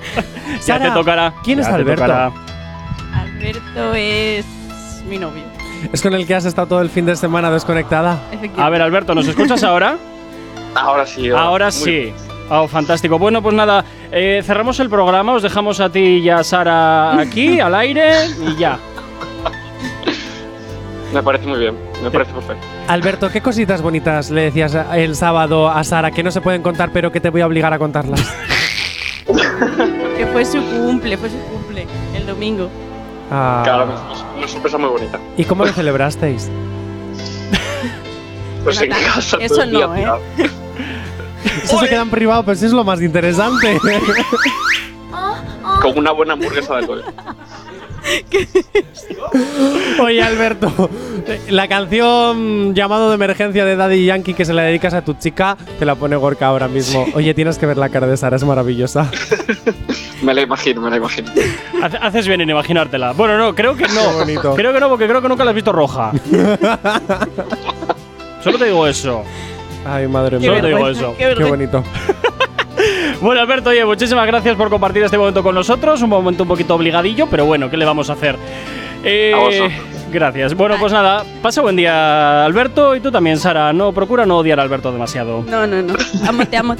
C: Sara,
B: ya te tocará.
C: ¿Quién
B: Ya
C: es
B: te
C: Alberto?
B: tocará.
I: Alberto es mi novio.
C: Es con el que has estado todo el fin de semana desconectada.
I: efectivamente.
B: A ver, Alberto, ¿nos escuchas ahora?
J: Ahora sí.
B: ahora
J: muy
B: sí.
J: bien.
B: Oh, fantástico. Bueno, pues nada, eh, cerramos el programa, os dejamos a ti y a Sara aquí, al aire, y ya.
J: Me parece muy bien, me parece perfecto.
C: Alberto, ¿qué cositas bonitas le decías el sábado a Sara que no se pueden contar, pero que te voy a obligar a contarlas?
I: Que fue su cumple, fue su cumple el domingo.
C: Ah.
J: Claro, es una sorpresa muy bonita.
C: ¿Y cómo lo celebrasteis?
J: Pues en
I: Bueno,
J: casa.
I: eso
J: todo el día
I: no, ¿eh?
J: tirado.
C: Eso se queda en privado, pero sí es lo más interesante.
J: Con una buena hamburguesa de alcohol.
C: Oye, Alberto, la canción Llamado de Emergencia de Daddy Yankee que se la dedicas a tu chica, te la pone Gorka ahora mismo. Oye, tienes que ver la cara de Sara, es maravillosa.
J: Me la imagino, me la imagino.
B: Hace- Haces bien en imaginártela. Bueno, no, creo que
C: Qué
B: no.
C: bonito.
B: Creo que no, porque creo que nunca la has visto roja. Solo te digo eso.
C: Ay, madre
I: Qué
B: Yo no
C: mía.
B: digo
I: vergüenza,
B: eso.
I: qué
C: Qué
I: vergüenza.
C: bonito.
B: Bueno, Alberto, oye, muchísimas gracias por compartir este momento con nosotros. Un momento un poquito obligadillo, pero bueno, ¿qué le vamos a hacer? Eh,
J: A vosotros.
B: Gracias. Bueno, pues nada, pasa buen día, Alberto, y tú también, Sara. No, procura no odiar a Alberto demasiado.
I: No, no, no. Amo, te amo.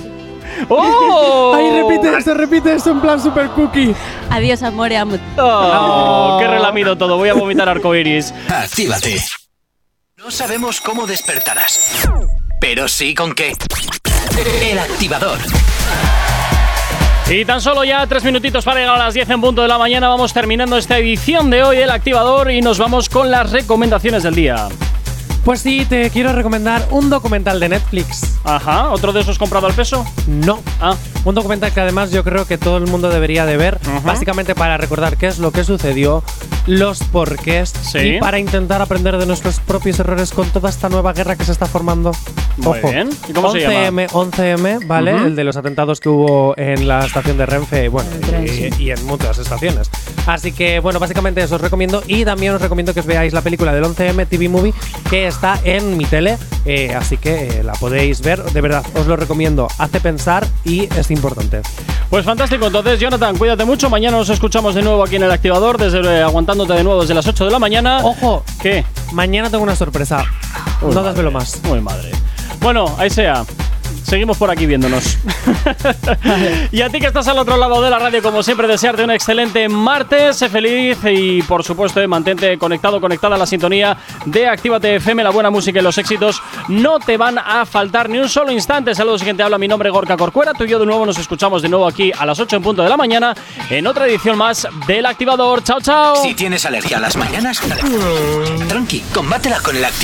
B: ¡Oh!
C: Ay, repite esto, repite esto en plan super cookie.
I: Adiós, amor, amo.
B: Oh, ¡Qué relamido todo! Voy a vomitar arcoiris.
A: Actívate. No sabemos cómo despertarás, pero sí con qué. El activador.
B: Y tan solo ya tres minutitos para llegar a las 10 en punto de la mañana. Vamos terminando esta edición de hoy, El Activador, y nos vamos con las recomendaciones del día.
C: Pues sí, te quiero recomendar un documental de Netflix.
B: Ajá, ¿otro de esos comprado al peso?
C: No.
B: Ah,
C: Un documental que además yo creo que todo el mundo debería de ver, básicamente para recordar qué es lo que sucedió, los porqués
B: Sí.
C: y para intentar aprender de nuestros propios errores con toda esta nueva guerra que se está formando.
B: Muy bien. ¿Y cómo se llama?
C: 11M, 11M, ¿vale?
B: Ujú.
C: El de los atentados que hubo en la estación de Renfe bueno,
D: El tren,
C: y,
D: sí.
C: y en muchas estaciones. Así que, bueno, básicamente eso os recomiendo y también os recomiendo que os veáis la película del 11M TV Movie que está en mi tele, eh, así que eh, la podéis ver. De verdad, os lo recomiendo. Hace pensar y es importante.
B: pues fantástico. Entonces, Jonathan, cuídate mucho. Mañana nos escuchamos de nuevo aquí en El Activador, desde eh, aguantándote de nuevo desde las 8 de la mañana.
C: ¡Ojo!
B: ¿Qué?
C: Mañana tengo una sorpresa.
B: Uy,
C: no
B: madre.
C: dasvelo más.
B: Muy madre. Bueno, ahí sea. Seguimos por aquí viéndonos. y a ti que estás al otro lado de la radio, como siempre, desearte un excelente martes, sé feliz y por supuesto eh, mantente conectado, conectada a la sintonía de Actívate FM, la buena música y los éxitos no te van a faltar ni un solo instante. Saludos, gente, habla mi nombre Gorka Corcuera, tú y yo de nuevo nos escuchamos de nuevo aquí a las 8 en punto de la mañana en otra edición más del Activador. Chao, chao.
A: Si tienes alergia a las mañanas, dale. tranqui, combátela con el activador.